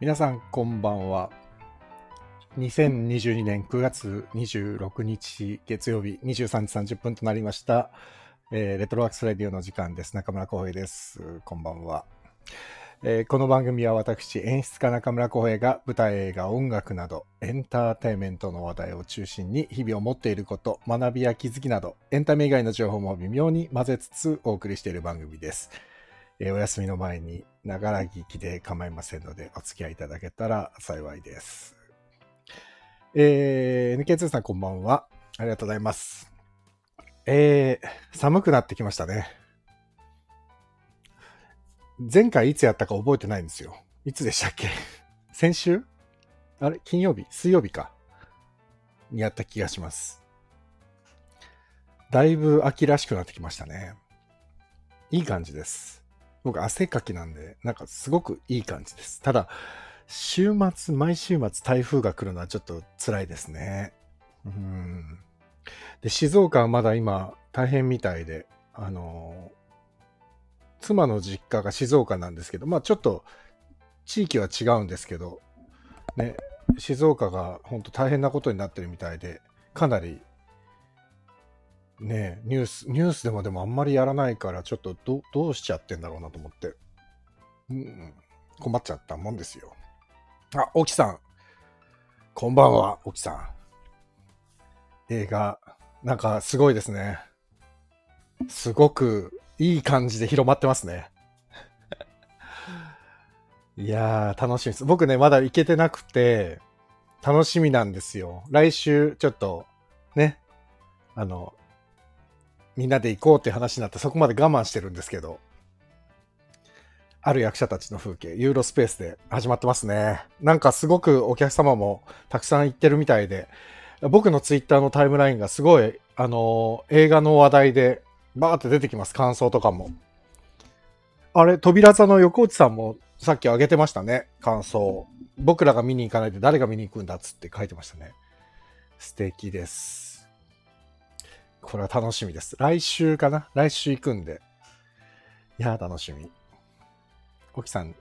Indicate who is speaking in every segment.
Speaker 1: 皆さんこんばんは2022年9月26日月曜日23時30分となりました、えーレトロワークスレディオの時間です中村浩平ですこんばんは、えーこの番組は私演出家中村浩平が舞台映画音楽などエンターテインメントの話題を中心に日々を持っていること学びや気づきなどエンタメ以外の情報も微妙に混ぜつつお送りしている番組ですえーお休みの前に、ながら聞きで構いませんので、お付き合いいただけたら幸いです。えー NK2 さんこんばんは。ありがとうございます。えー寒くなってきましたね。前回いつやったか覚えてないんですよ。いつでしたっけ 先週あれ金曜日水曜日か。にやった気がします。だいぶ秋らしくなってきましたね。いい感じです。僕、汗かきなんで、なんかすごくいい感じです。ただ、週末、毎週末、台風が来るのはちょっと辛いですね。うん。で、静岡はまだ今、大変みたいで、あのー妻の実家が静岡なんですけど、まあちょっと、地域は違うんですけど、ね、静岡が本当大変なことになってるみたいで、かなりねえニュースニュースでもでもあんまりやらないからちょっとどどうしちゃってんだろうなと思って、うん、困っちゃったもんですよあ沖さんこんばんは沖さん映画なんかすごいですねすごくいい感じで広まってますね いやー楽しみです僕ねまだ行けてなくて楽しみなんですよ来週ちょっとねあのみんなで行こうって話になってそこまで我慢してるんですけどある役者たちの風景ユーロスペースで始まってますねなんかすごくお客様もたくさん行ってるみたいで僕のツイッターのタイムラインがすごいあの映画の話題でバーって出てきます感想とかもあれ扉座の横内さんもさっき上げてましたね感想僕らが見に行かないで誰が見に行くんだっつって書いてましたね素敵ですこれは楽しみです。来週かな来週行くんで。いやー、楽しみ。沖さん、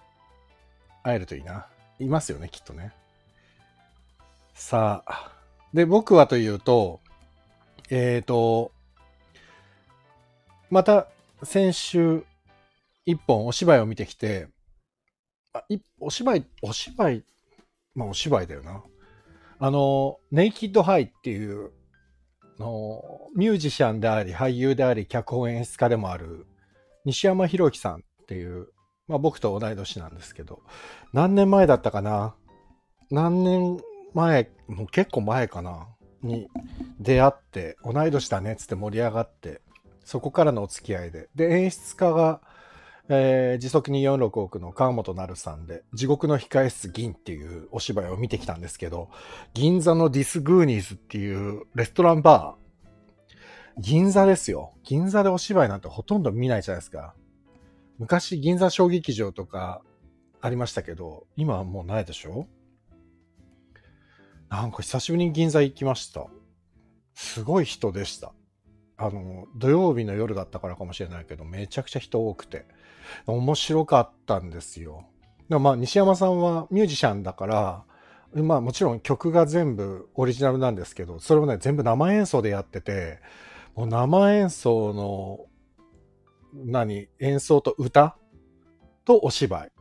Speaker 1: 会えるといいな。いますよね、きっとね。さあ。で、僕はというと、えっ、ー、と、また先週、一本お芝居を見てきて、あいお芝居、お芝居、まあお芝居だよな。あの、ネイキッドハイっていうあのミュージシャンであり俳優であり脚本演出家でもある西山宏之さんっていう、まあ、僕と同い年なんですけど何年前だったかな何年前もう結構前かなに出会って同い年だねっつって盛り上がってそこからのお付き合いでで演出家が、えー時速に46億の川本成さんで「地獄の控え室銀」っていうお芝居を見てきたんですけど銀座のディスグーニーズっていうレストランバー。銀座ですよ。銀座でお芝居なんてほとんど見ないじゃないですか。昔銀座小劇場とかありましたけど、今はもうないでしょなんか久しぶりに銀座行きました。すごい人でした。あの、土曜日の夜だったからかもしれないけど、めちゃくちゃ人多くて、面白かったんですよ。でもまあ、西山さんはミュージシャンだから、まあもちろん曲が全部オリジナルなんですけど、それをね、全部生演奏でやってて、もう生演奏の、何、演奏と歌とお芝居。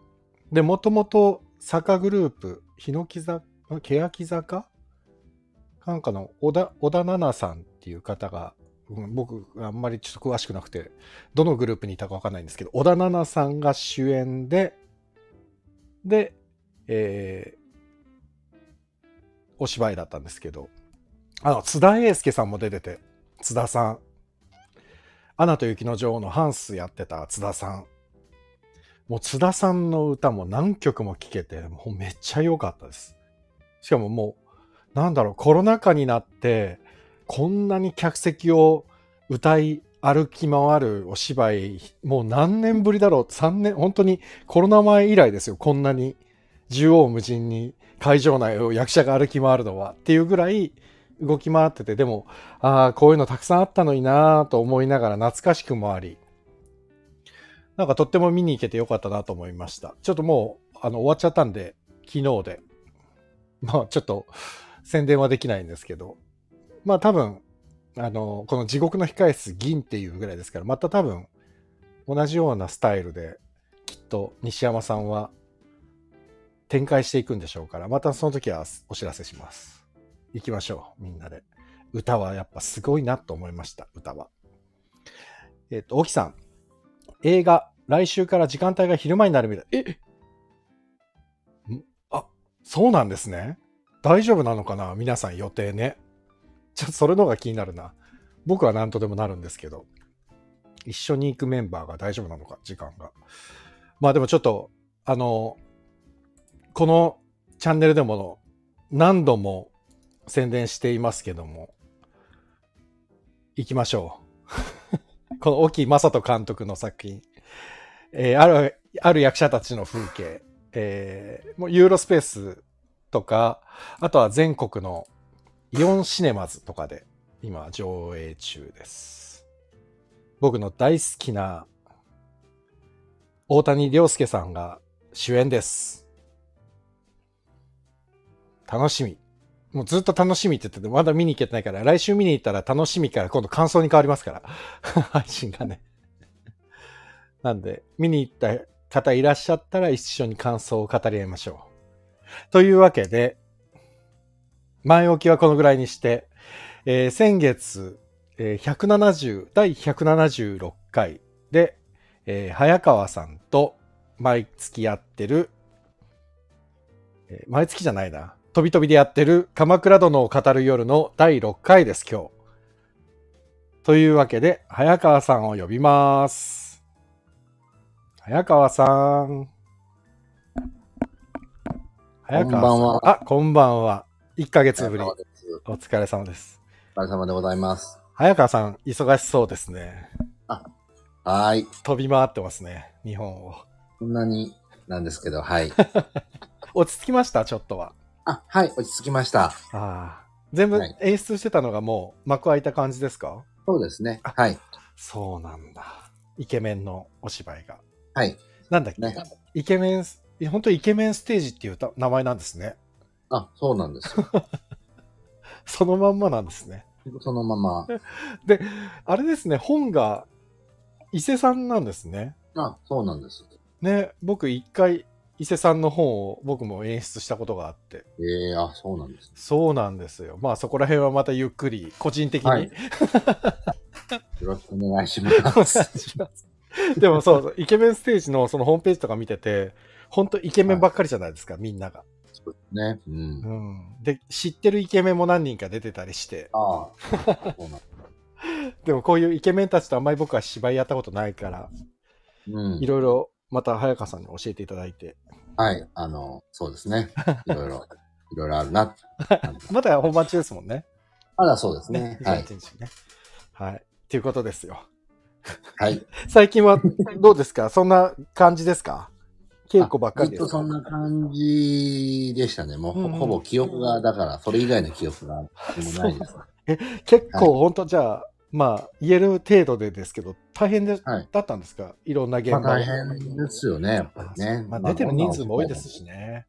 Speaker 1: で、もともと坂グループ、ヒノキ坂、欅坂なんかの小田、小田奈々さんっていう方が、うん僕、あんまりちょっと詳しくなくて、どのグループにいたかわかんないんですけど、小田奈々さんが主演で、で、えー、お芝居だったんですけど、あの、津田英介さんも出てて、津田さん。アナと雪の女王のハンスやってた津田さん。もう津田さんの歌も何曲も聴けて、もうめっちゃ良かったです。しかももう、なんだろう、コロナ禍になって、こんなに客席を歌い歩き回るお芝居、もう何年ぶりだろう、3年、本当にコロナ前以来ですよ、こんなに縦横無尽に会場内を役者が歩き回るのはっていうぐらい動き回っててでもああこういうのたくさんあったのになぁと思いながら懐かしくもありなんかとっても見に行けてよかったなと思いましたちょっともうあの終わっちゃったんで昨日で。まあちょっと宣伝はできないんですけど、まあ多分、あの、この地獄の控え室銀っていうぐらいですから、また多分同じようなスタイルできっと西山さんは展開していくんでしょうから、またその時はお知らせします。行きましょう、みんなで。歌はやっぱすごいなと思いました、歌は。えっ、と、沖さん。映画、来週から時間帯が昼間になるみたい。えんあ、そうなんですね。大丈夫なのかな皆さん予定ね。ちょっとそれの方が気になるな。僕は何とでもなるんですけど。一緒に行くメンバーが大丈夫なのか時間が。まあでもちょっと、あの、このチャンネルでも何度も宣伝していますけども、行きましょう。 この沖正人監督の作品、えーある、ある役者たちの風景、えーもうユーロスペースとか、あとは全国のイオンシネマズとかで今上映中です。僕の大好きな大谷亮介さんが主演です。楽しみ。もうずっと楽しみって言ってて、まだ見に行けてないから、来週見に行ったら楽しみから今度感想に変わりますから。 配信がね。なんで、見に行った方いらっしゃったら一緒に感想を語り合いましょう。というわけで、前置きはこのぐらいにして、えー先月、えー170、第176回で、えー早川さんと毎月やってる、えー毎月じゃないな、飛び飛びでやってる鎌倉殿を語る夜の第6回です、今日。というわけで、早川さんを呼びます。早川さん。早川さ
Speaker 2: こんばんは
Speaker 1: あ、こんばんは。1ヶ月ぶり。
Speaker 2: お
Speaker 1: お疲れ様です。
Speaker 2: 疲れ様でございます。
Speaker 1: 早川さん、忙しそうですね。
Speaker 2: はーい。
Speaker 1: 飛び回ってますね、日本を。
Speaker 2: そんなになんですけど、はい。
Speaker 1: 落ち着きました、ちょっとは。
Speaker 2: あ、はい、落ち着きました。
Speaker 1: ああ。全部
Speaker 2: はい
Speaker 1: 演出してたのがもう幕開いた感じですか
Speaker 2: そうですね。
Speaker 1: あ
Speaker 2: はい。
Speaker 1: そうなんだ。イケメンのお芝居が。
Speaker 2: はい。
Speaker 1: なんだっけ、
Speaker 2: ね。
Speaker 1: イケメンス、本当にイケメンステージっていうた名前なんですね。
Speaker 2: あ、そうなんですよ。
Speaker 1: そのまんまなんですね。
Speaker 2: そのま ま。
Speaker 1: あれですね、本が伊勢さんなんですね。
Speaker 2: あ、そうなんです。
Speaker 1: ね、僕一回伊勢さんの本を僕も演出したことがあって。
Speaker 2: ええあ、そうなんです。
Speaker 1: そうなんですよ。まあそこら辺はまたゆっくり、個人的に、
Speaker 2: はいよろしくお願いし ます。
Speaker 1: でもそうそう、イケメンステージのそのホームページとか見てて、本当イケメンばっかりじゃないですか、みんなが。
Speaker 2: そうですね。うん。
Speaker 1: うん。で、知ってるイケメンも何人か出てたりして、
Speaker 2: ああ、そうなん
Speaker 1: でもこういうイケメンたちとあんまり僕は芝居やったことないから、
Speaker 2: うん
Speaker 1: い。ろいろまた早川さんに教えていただいて、
Speaker 2: はい。あの、そうですね。いろいろ、いろいろあるな。
Speaker 1: まだ本番中ですもんね。
Speaker 2: あら、そうです ね。は
Speaker 1: 28
Speaker 2: い。
Speaker 1: 日ね。はい。ということですよ。
Speaker 2: はい。
Speaker 1: 最近はどうですかそんな感じですか稽古ばっかり
Speaker 2: ず
Speaker 1: で
Speaker 2: っ
Speaker 1: すか
Speaker 2: とそんな感じでしたね。もうほ、
Speaker 1: うんうん
Speaker 2: ほぼ記憶が、だから、それ以外の記憶がも うないです。
Speaker 1: 結構本当じゃあ、まあ言える程度でですけど、大変で、
Speaker 2: はい
Speaker 1: だったんですかいろんな現
Speaker 2: ま
Speaker 1: 場
Speaker 2: あ
Speaker 1: を
Speaker 2: 大変ですよね、やっぱりね。
Speaker 1: まあ、出てる人数も多いですしね。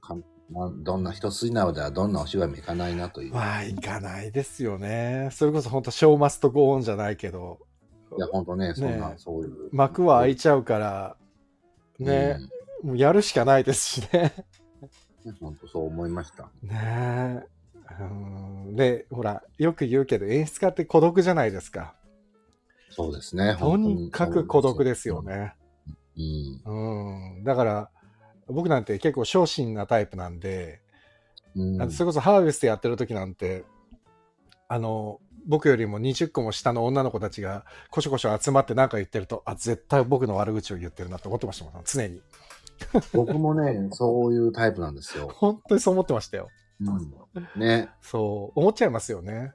Speaker 2: かん。まあどんな一筋縄ではどんなお芝居もいかないなという。
Speaker 1: まあ、行かないですよね。それこそ本当、ショーマストゴーンじゃないけど、
Speaker 2: いや、ほんとね、そんな、
Speaker 1: ねえ
Speaker 2: そういう。
Speaker 1: 幕は開いちゃうから、ね、もうやるしかないですしね。
Speaker 2: うん。ほんとそう思いました。
Speaker 1: ねえ。うんで、ほら、よく言うけど、演出家って孤独じゃないですか。
Speaker 2: そうですね。
Speaker 1: とにかく孤独ですよ
Speaker 2: ね。
Speaker 1: ね。
Speaker 2: うん。
Speaker 1: うん。だから、僕なんて結構昇進なタイプなんで、
Speaker 2: うん
Speaker 1: あのそれこそハーベストやってる時なんてあの僕よりも20個も下の女の子たちがこしょこしょ集まって何か言ってるとあ絶対僕の悪口を言ってるなって思ってましたもん常に
Speaker 2: 僕もね、そういうタイプなんですよ。
Speaker 1: 本当にそう思ってましたよ
Speaker 2: うん、ね。
Speaker 1: そう思っちゃいますよね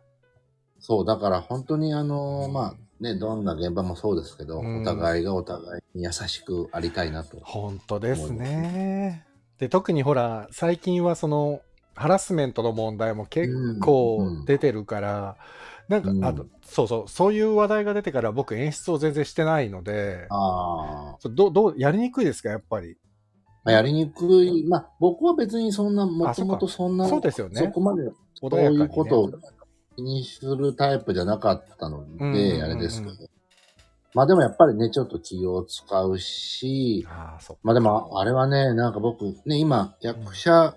Speaker 2: そう、だから本当にあのーまあ、ね、どんな現場もそうですけど、
Speaker 1: うん
Speaker 2: お互いがお互いに優しくありたいなと。
Speaker 1: 本当ですねで特にほら最近はそのハラスメントの問題も結構出てるから、
Speaker 2: うん
Speaker 1: なんかあと、そうそうそういう話題が出てから僕演出を全然してないので
Speaker 2: ああ、
Speaker 1: そうどうどうやりにくいですかやっぱり
Speaker 2: まあ、やりにくい、まあ、僕は別にそんな、もともとそんな、
Speaker 1: そうですよね
Speaker 2: そこまで、
Speaker 1: 穏
Speaker 2: そう
Speaker 1: やか
Speaker 2: い
Speaker 1: に、ね、
Speaker 2: うことを気にするタイプじゃなかったの
Speaker 1: うんうんうんうん
Speaker 2: で、あれですけど。まあでもやっぱりね、ちょっと気を使うし、
Speaker 1: ああ、そう。
Speaker 2: まあでも、あれはね、なんか僕、ね、今、役者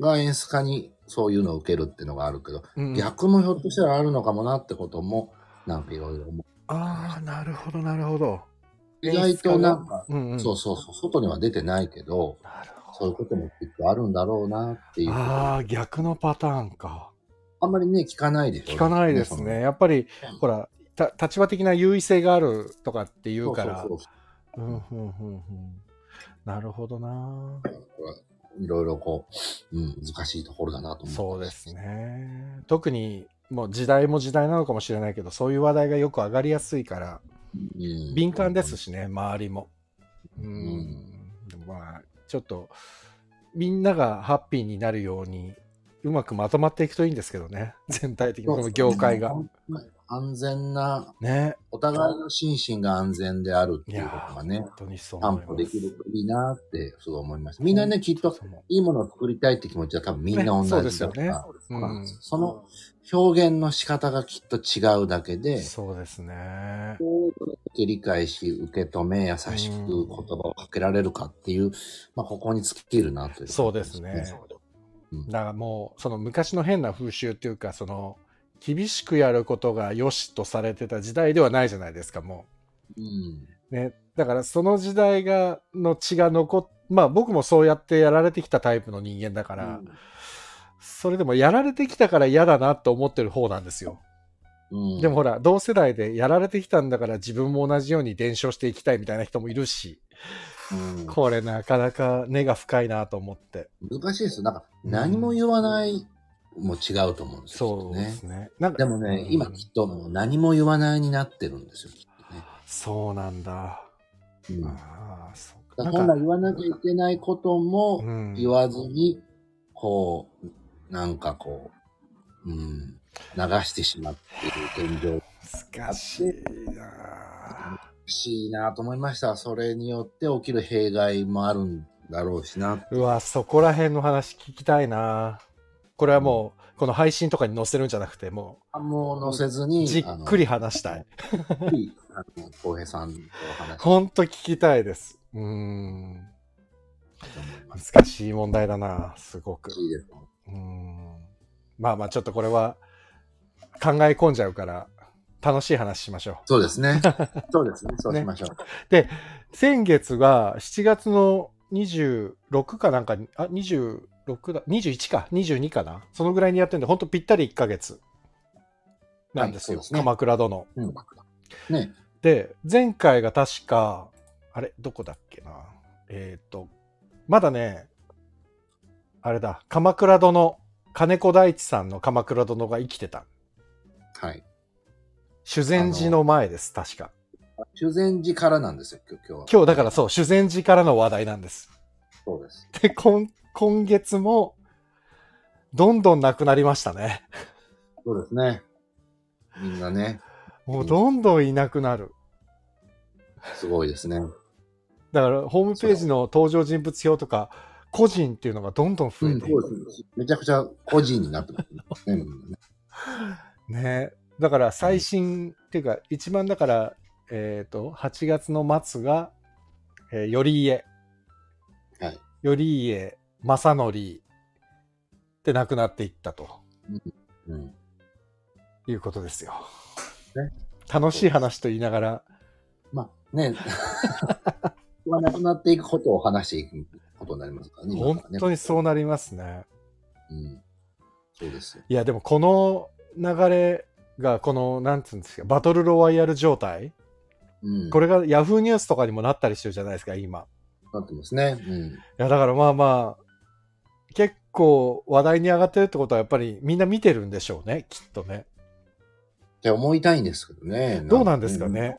Speaker 2: が演出家にそういうのを受けるってのがあるけど、
Speaker 1: うん
Speaker 2: 逆もひょっとしたらあるのかもなってことも、なんかいろいろ思
Speaker 1: ああ、なるほど、なるほど。
Speaker 2: う。意外となんか、
Speaker 1: うんうん、
Speaker 2: そうそうそう、外には出てないけど、
Speaker 1: なるほ
Speaker 2: そういう
Speaker 1: ど。
Speaker 2: こともきっとあるんだろうなっていう。
Speaker 1: ああ、逆のパターンか。
Speaker 2: あんまりね、聞かないでしょ。
Speaker 1: 聞かないですね。。やっぱり、ほら、た立場的な優位性があるとかってい
Speaker 2: そううそ
Speaker 1: か
Speaker 2: う
Speaker 1: ら。
Speaker 2: そう
Speaker 1: うんうんうんうんなるほどな。
Speaker 2: いろいろこう、うん、難しいところだなと思って
Speaker 1: そうです。ね。特に、もう時代も時代なのかもしれないけど、そういう話題がよく上がりやすいから、
Speaker 2: うん
Speaker 1: 敏感ですしね、周りも。うん。
Speaker 2: う
Speaker 1: でもまあ、ちょっと、みんながハッピーになるように、うまくまとまっていくといいんですけどね、全体的にこの業界が。。
Speaker 2: 安全な、
Speaker 1: ね。
Speaker 2: お互いの心身が安全であるっていうことがね
Speaker 1: 本、当にそう思います。
Speaker 2: 担保できるといいなって、すごい思いました。みんなね、きっと、
Speaker 1: そう思
Speaker 2: いいものを作りたいって気持ちは多分みんな同じだから、
Speaker 1: ねそうですよねうん
Speaker 2: その表現の仕方がきっと違うだけ
Speaker 1: う
Speaker 2: で、
Speaker 1: そうですね。
Speaker 2: 理解し、受け止め、優しく
Speaker 1: うん
Speaker 2: 言葉をかけられるかっていう、まあ、ここに尽きるなという、
Speaker 1: そうですね。だからもう、その昔の変な風習っていうか、その、厳しくやることが良しとされてた時代ではないじゃないですか、もう。
Speaker 2: うん。
Speaker 1: ね、だからその時代がの血が残っまあ僕もそうやってやられてきたタイプの人間だから、それでもやられてきたから嫌だなと思ってる方なんですよ、
Speaker 2: うん
Speaker 1: でも、ほら同世代でやられてきたんだから自分も同じように伝承していきたいみたいな人もいるし
Speaker 2: うん
Speaker 1: これなかなか根が深いなと思って
Speaker 2: 難しいですよ。なんか、何も言わないも違うと思うんですよ。
Speaker 1: そうです
Speaker 2: きっとね。
Speaker 1: ねなんか
Speaker 2: でもね、今
Speaker 1: うん
Speaker 2: きっともう何も言わないになってるんですよ、きっ
Speaker 1: そうなんだ、
Speaker 2: とね。うん
Speaker 1: ああそうか
Speaker 2: だから
Speaker 1: な
Speaker 2: 本
Speaker 1: んか
Speaker 2: 来言わなきゃいけないことも、
Speaker 1: うん
Speaker 2: 言わずに、こう、なんかこう、うん、流してしまっている現状
Speaker 1: 難しいなあ
Speaker 2: らしいなと思いました。それによって起きる弊害もあるんだろうしな。
Speaker 1: うわ、そこら辺の話聞きたいな。これはもう、この配信とかに載せるんじゃなくて、も
Speaker 2: あもう載せず
Speaker 1: う、
Speaker 2: に、
Speaker 1: じっくり
Speaker 2: あ
Speaker 1: 話したい。
Speaker 2: の。じっくりあの、浩平さんとお話しし
Speaker 1: ほんと聞きたいです。うーん。
Speaker 2: たいと思います。
Speaker 1: 難しい問題だな、すごく。
Speaker 2: いいですか
Speaker 1: うーん。まあまあ、ちょっとこれは、考え込んじゃうから、楽しい話しましょ
Speaker 2: そうで すね。そうですね。そうしましょう。
Speaker 1: う。先月が7月の26かなんかに、あ、26だ、21か、22かな。そのぐらいにやってるんで、ほんとぴったり1ヶ月。なんですよ、
Speaker 2: はいそうですね
Speaker 1: 鎌倉殿。
Speaker 2: うんね。
Speaker 1: で、前回が確か、あれ、どこだっけな。えっ、と、まだね、あれだ、鎌倉殿、金子大地さんの鎌倉殿が生きてた。
Speaker 2: はい。
Speaker 1: 修善寺の前です、確か。
Speaker 2: 修善寺からなんですよ、今日今日は。
Speaker 1: 今日だからそう、修善寺からの話題なんです。
Speaker 2: そうです。
Speaker 1: で、今、今月も、どんどんなくなりましたね。
Speaker 2: そうですね。みんなね、
Speaker 1: もうどんどんいなくなる。
Speaker 2: すごいですね。
Speaker 1: だから、ホームページの登場人物表とか、個人っていうのがどんどん増えていく。
Speaker 2: そうですめちゃくちゃ個人になってますね。 うん
Speaker 1: ねだから最新、っていうか一番だから、えー、と8月の末が、えー頼家
Speaker 2: はい
Speaker 1: 頼家正則で亡くなっていったと
Speaker 2: うん
Speaker 1: いうことですよ、
Speaker 2: ね
Speaker 1: 楽しい話と言いながら
Speaker 2: まあね、 まあなくなっていくことを話していくことになりますからね。今
Speaker 1: 本
Speaker 2: からね
Speaker 1: 当にそうなりますね
Speaker 2: うん。そうですよ。
Speaker 1: いやでもこの流れがこのなんつうんですかバトルロワイヤル状態
Speaker 2: うん。
Speaker 1: こ
Speaker 2: れ。
Speaker 1: れがヤフーニュースとかにもなったりしてるじゃないですか今
Speaker 2: なってますね。うん。
Speaker 1: いやだからまあまあ結構話題に上がってるってことはやっぱりみんな見てるんでしょうねきっとね
Speaker 2: って思いたいんですけどね。
Speaker 1: どうなんですかね、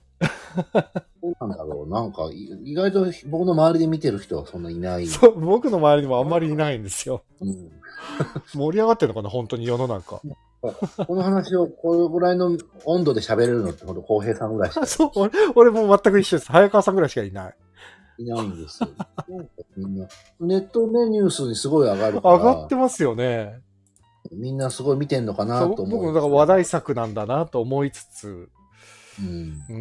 Speaker 2: うん。どうなんだろう。なんか、い意外と僕の周りで見てる人はそんないない。
Speaker 1: そう僕の周りにもあんまりいないんですよ
Speaker 2: うん
Speaker 1: 盛り上がってるのかな本当に世の中
Speaker 2: この話をこれぐらいの温 度で喋れるのって、ほんと浩平さんぐらいしか。
Speaker 1: そう俺俺も全く一緒です早川さんぐらいしかいない
Speaker 2: いない んですよ。なんかみんな、ネットでニュースにすごい上がるから、
Speaker 1: 上がってますよね。
Speaker 2: みんなすごい見てんのかな
Speaker 1: そ
Speaker 2: と
Speaker 1: う
Speaker 2: 思う。
Speaker 1: 僕もだから話題作なんだなと思いつつ、
Speaker 2: うん。ね
Speaker 1: うー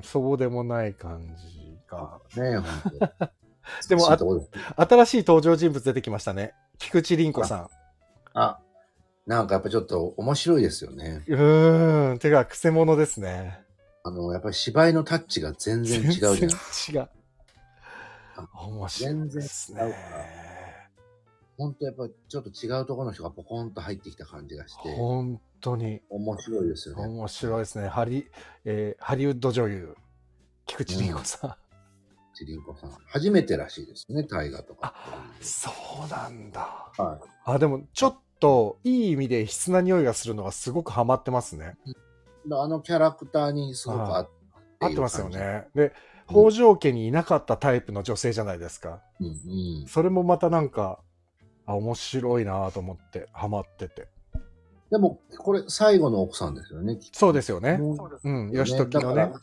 Speaker 1: ん、そうでもない感じが。
Speaker 2: え、ほんと
Speaker 1: でも
Speaker 2: 難しいとこだ
Speaker 1: 新しい登場人物出てきましたね。菊池凛子さ
Speaker 2: あ、なんかやっぱちょっと面白いですよね。
Speaker 1: ん。うーん、てか、くせ者ですね。
Speaker 2: あの、やっぱり芝居のタッチが全然違うじゃない。
Speaker 1: 全然違う。面白いですね
Speaker 2: 全然違うから。ほんとやっぱちょっと違うところの人がポコンと入ってきた感じがして、
Speaker 1: 本当に
Speaker 2: 面白いですよね。
Speaker 1: 面白いですね。ハリ,、えーハリウッド女優、菊池凛子さん。
Speaker 2: ちりんこさん。初めてらしいですね、大河とかっていう
Speaker 1: そうなんだ。
Speaker 2: の。はい。
Speaker 1: あ、でも、ちょっと、いい意味で質な匂いがするのがすごくハマってますね。
Speaker 2: あのキャラクターにすごく合って
Speaker 1: 合って
Speaker 2: いる感
Speaker 1: ます
Speaker 2: じ
Speaker 1: よ。ね。で、北条家にいなかったタイプの女性じゃないですか。
Speaker 2: うんうん。
Speaker 1: それもまたなんか、あ、面白いなと思って、ハマってて。
Speaker 2: でも、これ最後の奥さんですよね。きっと
Speaker 1: そうですよね。
Speaker 2: うん
Speaker 1: うん、義時の
Speaker 2: だ
Speaker 1: ね
Speaker 2: か。ら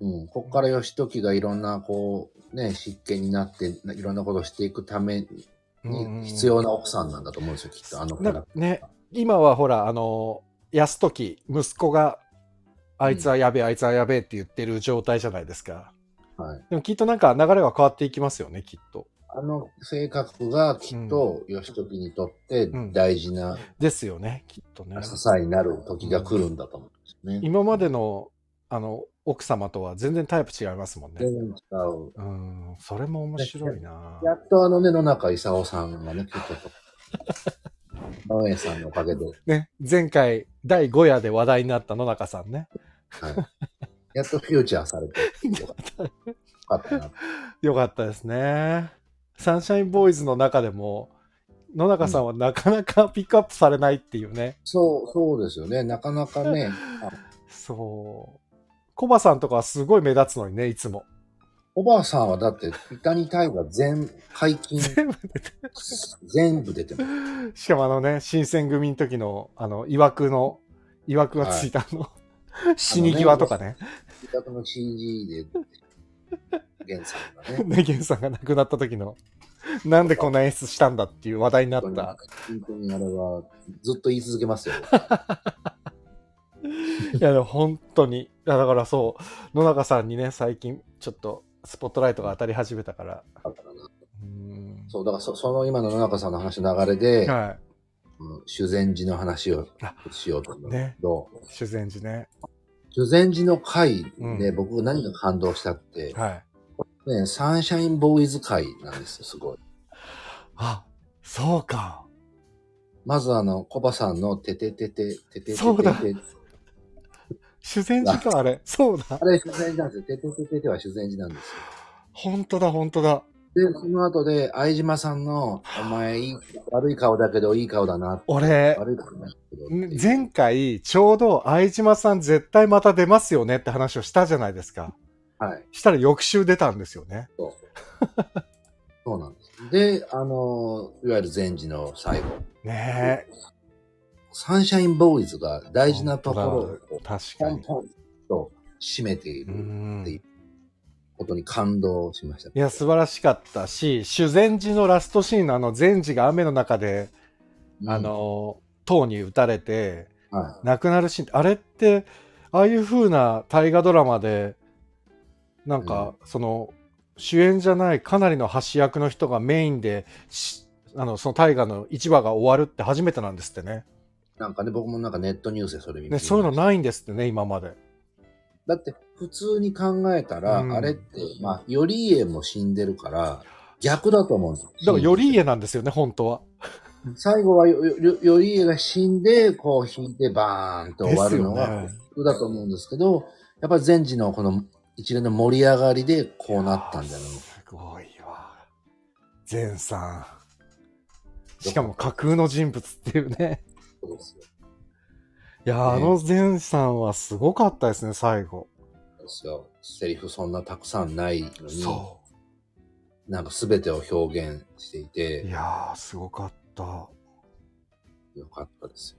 Speaker 2: うん、こっから義時がいろんなこうね執権になっていろんなことをしていくため
Speaker 1: うんうん
Speaker 2: に必要な奥さんなんだと思うんですよ、きっとあの子
Speaker 1: なんかね、今はほら、あの、泰時、息子が、あいつはやべえ、あいつはやべえって言ってる状態じゃないですか。
Speaker 2: はい、
Speaker 1: でもきっとなんか流れが変わっていきますよね、きっと。
Speaker 2: あの性格がきっと義時にとって大事な
Speaker 1: ですよね、きっとね。
Speaker 2: 支えになる時が来るんだと思うんですよね。
Speaker 1: 今までの、あの、奥様とは全然タイプ違いますもんね。
Speaker 2: 全然違う。
Speaker 1: うん、それも面白いな
Speaker 2: やっとあのね、野中勲さんがね、結構、直江さんのおかげで、
Speaker 1: ね、前回、第5夜で話題になった野中さんね。
Speaker 2: はい、やっとフューチャーされてよかったよかった な。
Speaker 1: よかったですね。サンシャインボーイズの中でも、野中さんはなかなかピックアップされないっていうね。
Speaker 2: そう、そうですよね。なかなかね、あ
Speaker 1: そう。コバさんとかはすごい目立つのにね、いつも。
Speaker 2: おばあさんはだって、ビタニタイガー全解禁、
Speaker 1: 全部
Speaker 2: 全部出てます。
Speaker 1: しかもあのね、新選組の時の、あの、いわくの、いわくがついたあの、死に際とかね、
Speaker 2: 自宅の CG で、原さんがね、
Speaker 1: ね、ゲンさんが亡くなった時の、なんでこんな演出したんだっていう話題にな
Speaker 2: 本
Speaker 1: っ
Speaker 2: 当に
Speaker 1: た。
Speaker 2: 本当にあれはずっと言い続けますよ。
Speaker 1: いや、でも本当に。いや、だからそう、野中さんにね、最近、ちょっと、スポットライトが当たり始めたから。
Speaker 2: だからな
Speaker 1: うーん
Speaker 2: そう、だからそその今の野中さんの話の流れで、
Speaker 1: は
Speaker 2: うん修善寺の話を
Speaker 1: あ
Speaker 2: しようと思うんだ
Speaker 1: ね
Speaker 2: けど、
Speaker 1: い。修善寺ね。
Speaker 2: 修善寺の回で
Speaker 1: うん
Speaker 2: 僕何が感動したって、
Speaker 1: はい。
Speaker 2: ね、サンシャインボーイズ回なんですよ、すごい。
Speaker 1: あ、そうか。
Speaker 2: まずあの、コバさんのてててて、てててて
Speaker 1: そうだ
Speaker 2: て、
Speaker 1: 修善寺か、あ れ。そうだ。
Speaker 2: あれ修善寺なんですよ。ててててては修善寺なんです
Speaker 1: 本当だ、本当だ。
Speaker 2: よ。で、その後で、相島さんの、お前いい、悪い顔だけどいい顔だな。
Speaker 1: 俺、
Speaker 2: 悪い顔だけど。
Speaker 1: 前回、ちょうど、相島さん絶対また出ますよねって話をしたじゃないですか。
Speaker 2: はい。
Speaker 1: したら翌週出たんですよね。
Speaker 2: そうなんです。で、あの、いわゆる善寺の最後。
Speaker 1: ねえ。
Speaker 2: サンシャインボーイズが大事なところを、
Speaker 1: 確
Speaker 2: ポ
Speaker 1: か
Speaker 2: ン
Speaker 1: に。
Speaker 2: ポンと締めていうる
Speaker 1: ん。い
Speaker 2: ことに感動しました。
Speaker 1: や、素晴らしかったし、修善寺のラストシーンのあの、善寺が雨の中で、
Speaker 2: うん
Speaker 1: あ、の、塔に打たれて、
Speaker 2: は
Speaker 1: 亡くなるシーンってあれってああいう風な大河ドラマでなんか、その主演じゃないかなりの橋役の人がメインでしあのその大河の一話が終わるって初めてなんですってね
Speaker 2: い。なんかね、僕もなんかネットニュースでそれ見ま
Speaker 1: ね
Speaker 2: した
Speaker 1: そういうのないんですってね今まで
Speaker 2: だって普通に考えたら、
Speaker 1: うん
Speaker 2: あれって、まあ、頼家も死んでるから、逆だと思うんですよ
Speaker 1: だから頼家なんですよね本当は
Speaker 2: 最後はよよ頼家が死んで、こう引いてバーンと終わるのが
Speaker 1: ですよね
Speaker 2: 普通だと思うんですけど、やっぱり善治のこの一連の盛り上がりでこうなったんじゃない
Speaker 1: すごいわ善さんしかも架空の人物っていう ね
Speaker 2: ですよ。
Speaker 1: いやあ
Speaker 2: ね
Speaker 1: の善さんはすごかったですね最後
Speaker 2: ですよセリフそんなたくさんないのに、
Speaker 1: そう
Speaker 2: なんか全てを表現してい
Speaker 1: い
Speaker 2: て、
Speaker 1: やー、すごかった。
Speaker 2: よかったです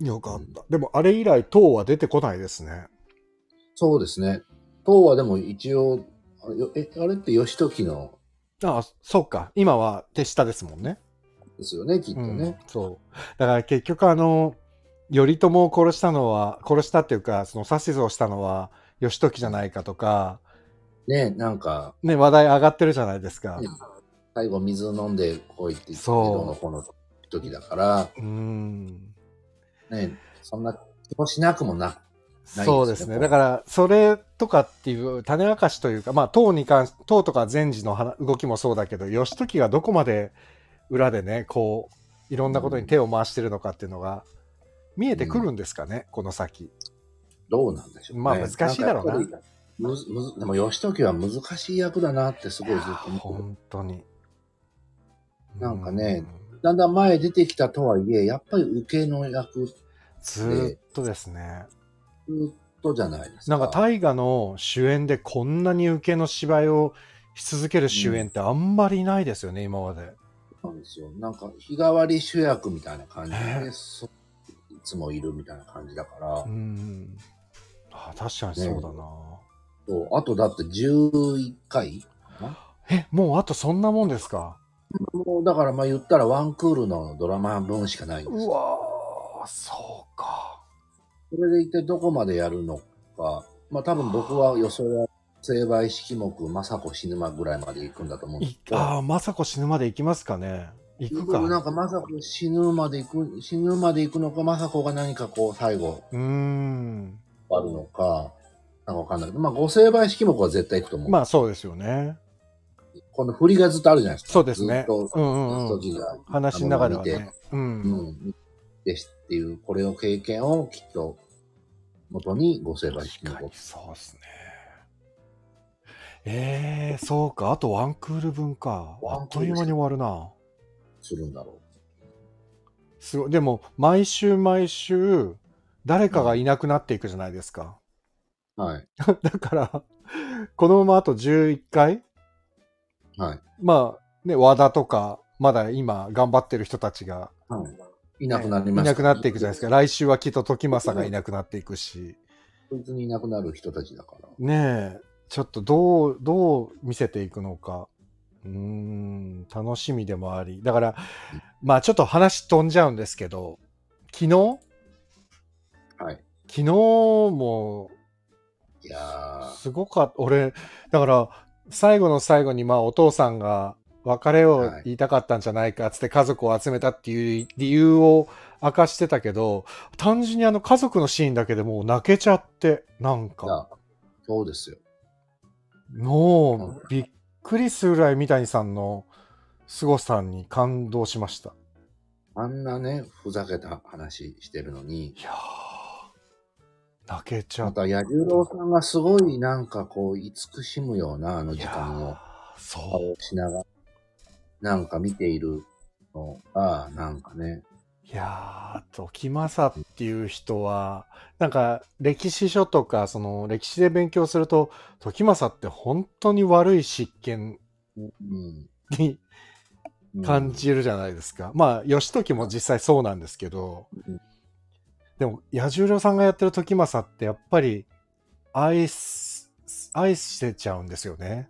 Speaker 2: よ。
Speaker 1: よかった。でも、あれ以来、塔は出てこないですね。
Speaker 2: そうですね。党はでも一応、あれよえあれって義時の
Speaker 1: ああ、そうか。今は手下ですもんね。
Speaker 2: ですよね、きっと
Speaker 1: うん
Speaker 2: ね。、
Speaker 1: そう。だから結局あの、頼朝を殺したのは、殺したっていうか、その指図をしたのは義時じゃないかとか、
Speaker 2: ね、なんか、
Speaker 1: ね、話題上がってるじゃないですか。
Speaker 2: ね最後水飲んでこいって言って、
Speaker 1: そう
Speaker 2: どうのこうの時だから、
Speaker 1: うーん。
Speaker 2: ね、そんな気もしなくもなないですね
Speaker 1: そうですね。
Speaker 2: こ
Speaker 1: だ
Speaker 2: れ
Speaker 1: から、それとかっていう種明かしというか、まあ、唐に関し、唐とか禅師の話動きもそうだけど、義時がどこまで裏でね、こう、いろんなことに手を回してるのかっていうのが、見えてくるんですかね、この先。
Speaker 2: どうなんでしょうね。
Speaker 1: まあ難しいだろうなん
Speaker 2: かやっぱりむずむずでも義時は難しい役だなってすごいずっと思って
Speaker 1: 本当に。
Speaker 2: なんかねるだんだん前出てきたとはいえ、やっぱり受けの役ず
Speaker 1: ずーっとですね、
Speaker 2: っとじゃないですか。
Speaker 1: なんか大河の主演でこんなに受けの芝居をし続ける主演ってあんまりいないですよね、今まで。
Speaker 2: なんですよ。なんか日替わり主役みたいな感じで、
Speaker 1: ね
Speaker 2: そいつもいるみたいな感じだから、
Speaker 1: うん。あ確かにそうだな、
Speaker 2: そうあとだって11回
Speaker 1: え、もうあとそんなもんですか
Speaker 2: もうだからまあ言ったらワンクールのドラマ分しかないんです
Speaker 1: う
Speaker 2: よ。
Speaker 1: わー、そうか。
Speaker 2: それで一体どこまでやるのか、まあ多分僕は予想は成敗式目、政子死ぬ間ぐらいまで行くんだと思うんで
Speaker 1: い
Speaker 2: すけど。
Speaker 1: ああ、雅子死ぬまで行きますかね。行くか。
Speaker 2: 僕なん
Speaker 1: う
Speaker 2: か政子死ぬまで行く、死ぬまで行くのか、政子が何かこう最後
Speaker 1: ーん。
Speaker 2: あるのか、なんかわかんないけど、まあご成敗式目は絶対行くと思う。
Speaker 1: まあそうですよね。
Speaker 2: この振りがずっとあるじゃないですか。
Speaker 1: そうですね
Speaker 2: ずっと、
Speaker 1: うんうんうん
Speaker 2: 時が、
Speaker 1: 話の中ではね。う。
Speaker 2: うんん、ですっていう、これを経験をきっと、元にご成敗式
Speaker 1: 確か
Speaker 2: 目
Speaker 1: に。そうですね。えー、そうか。あとワンクール分か。あ
Speaker 2: ワ
Speaker 1: っ
Speaker 2: ンク
Speaker 1: と
Speaker 2: ール
Speaker 1: いう
Speaker 2: です
Speaker 1: 間に終わるな。
Speaker 2: するんだろ
Speaker 1: すごい。でも、毎週毎週、誰かがいなくなっていくじゃないですか。
Speaker 2: う。はい。
Speaker 1: だから、このままあと11回
Speaker 2: はい。
Speaker 1: まあ、ね、和田とか、まだ今頑張ってる人たちが、
Speaker 2: はい。い
Speaker 1: い
Speaker 2: なくなりま
Speaker 1: い
Speaker 2: す、
Speaker 1: なくなっていくじゃないですか。来週はきっと時政がいなくなっていくし、
Speaker 2: 本当にいなくなる人たちだから。
Speaker 1: ねえ、ちょっとどう、どう見せていくのか。うーん、楽しみでもあり。だから、まあちょっと話飛んじゃうんですけど、昨日
Speaker 2: はい。
Speaker 1: 昨日も
Speaker 2: いや
Speaker 1: すごかった。俺、だから、最後の最後に、まあ、お父さんが別れを言いたかったんじゃないかっつって家族を集めたっていう理由を明かしてたけど、単純にあの家族のシーンだけでもう泣けちゃって、なん
Speaker 2: ー、い
Speaker 1: か、
Speaker 2: やそうですよ。
Speaker 1: もうびっくりするぐらい三谷さんの凄さに感動しました。
Speaker 2: あんなね、ふざけた話してるのに、
Speaker 1: いやー、泣けちゃ
Speaker 2: ま
Speaker 1: った。
Speaker 2: た、彌十郎さんがすごいなんかこう、慈しむような、あの
Speaker 1: い
Speaker 2: 時
Speaker 1: や
Speaker 2: 間を
Speaker 1: ー、そう。
Speaker 2: しながら、なんか見ているのが、なんかね、
Speaker 1: いやー、時政っていう人は、なんか歴史書とか、その歴史で勉強すると、時政って本当に悪い執権
Speaker 2: うん
Speaker 1: に
Speaker 2: うん
Speaker 1: 感。じるじゃないですか。まあ、義時も実際そうなんですけど
Speaker 2: うん、
Speaker 1: でも、彌十郎さんがやってる時政って、やっぱり愛す、愛してちゃうんですよね。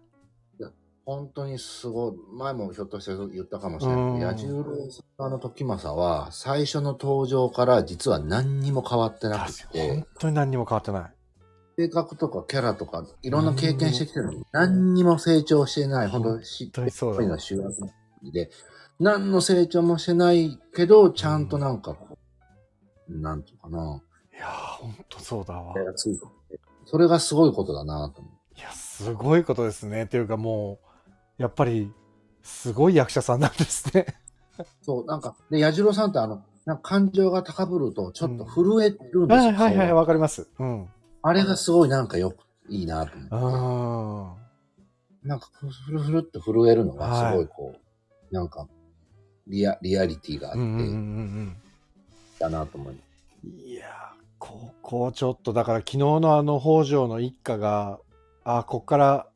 Speaker 2: 本当にすごい、前もひょっとして言ったかもしれ
Speaker 1: うん
Speaker 2: ないけど、彌十郎さんの時政は、最初の登場から実は何にも変わってなく
Speaker 1: 確かに
Speaker 2: て
Speaker 1: 本、当に何にも変わってない。
Speaker 2: 性格とかキャラとか、いろんな経験してきてるのに、何にも成長してない、ほんと、しっ
Speaker 1: 本当にそう
Speaker 2: ぱり
Speaker 1: だ
Speaker 2: な。主役で、何の成長もしてないけど、ちゃんとなんか、なんとかな、
Speaker 1: いやー、本当そうだわ。
Speaker 2: それがすごいことだなと思う。
Speaker 1: いや、すごいことですね。というかもう、やっぱり、すごい役者さんなんですね。
Speaker 2: そう、なんか、で、彌十郎さんってあの、なんか感情が高ぶると、ちょっと震えるんですよ。顔が
Speaker 1: わかります。うん。
Speaker 2: あれがすごいなんかよく、いいなと思って。
Speaker 1: あ
Speaker 2: なんか、ふるふるって震えるのがすごいこう、なんか、リア、リアリティがあ
Speaker 1: あ。
Speaker 2: っ
Speaker 1: うんうんうんう
Speaker 2: て、
Speaker 1: ん
Speaker 2: だなと思います。
Speaker 1: うん。いやー、ここちょっと、だから昨日のあの北条の一家が、あーこっから、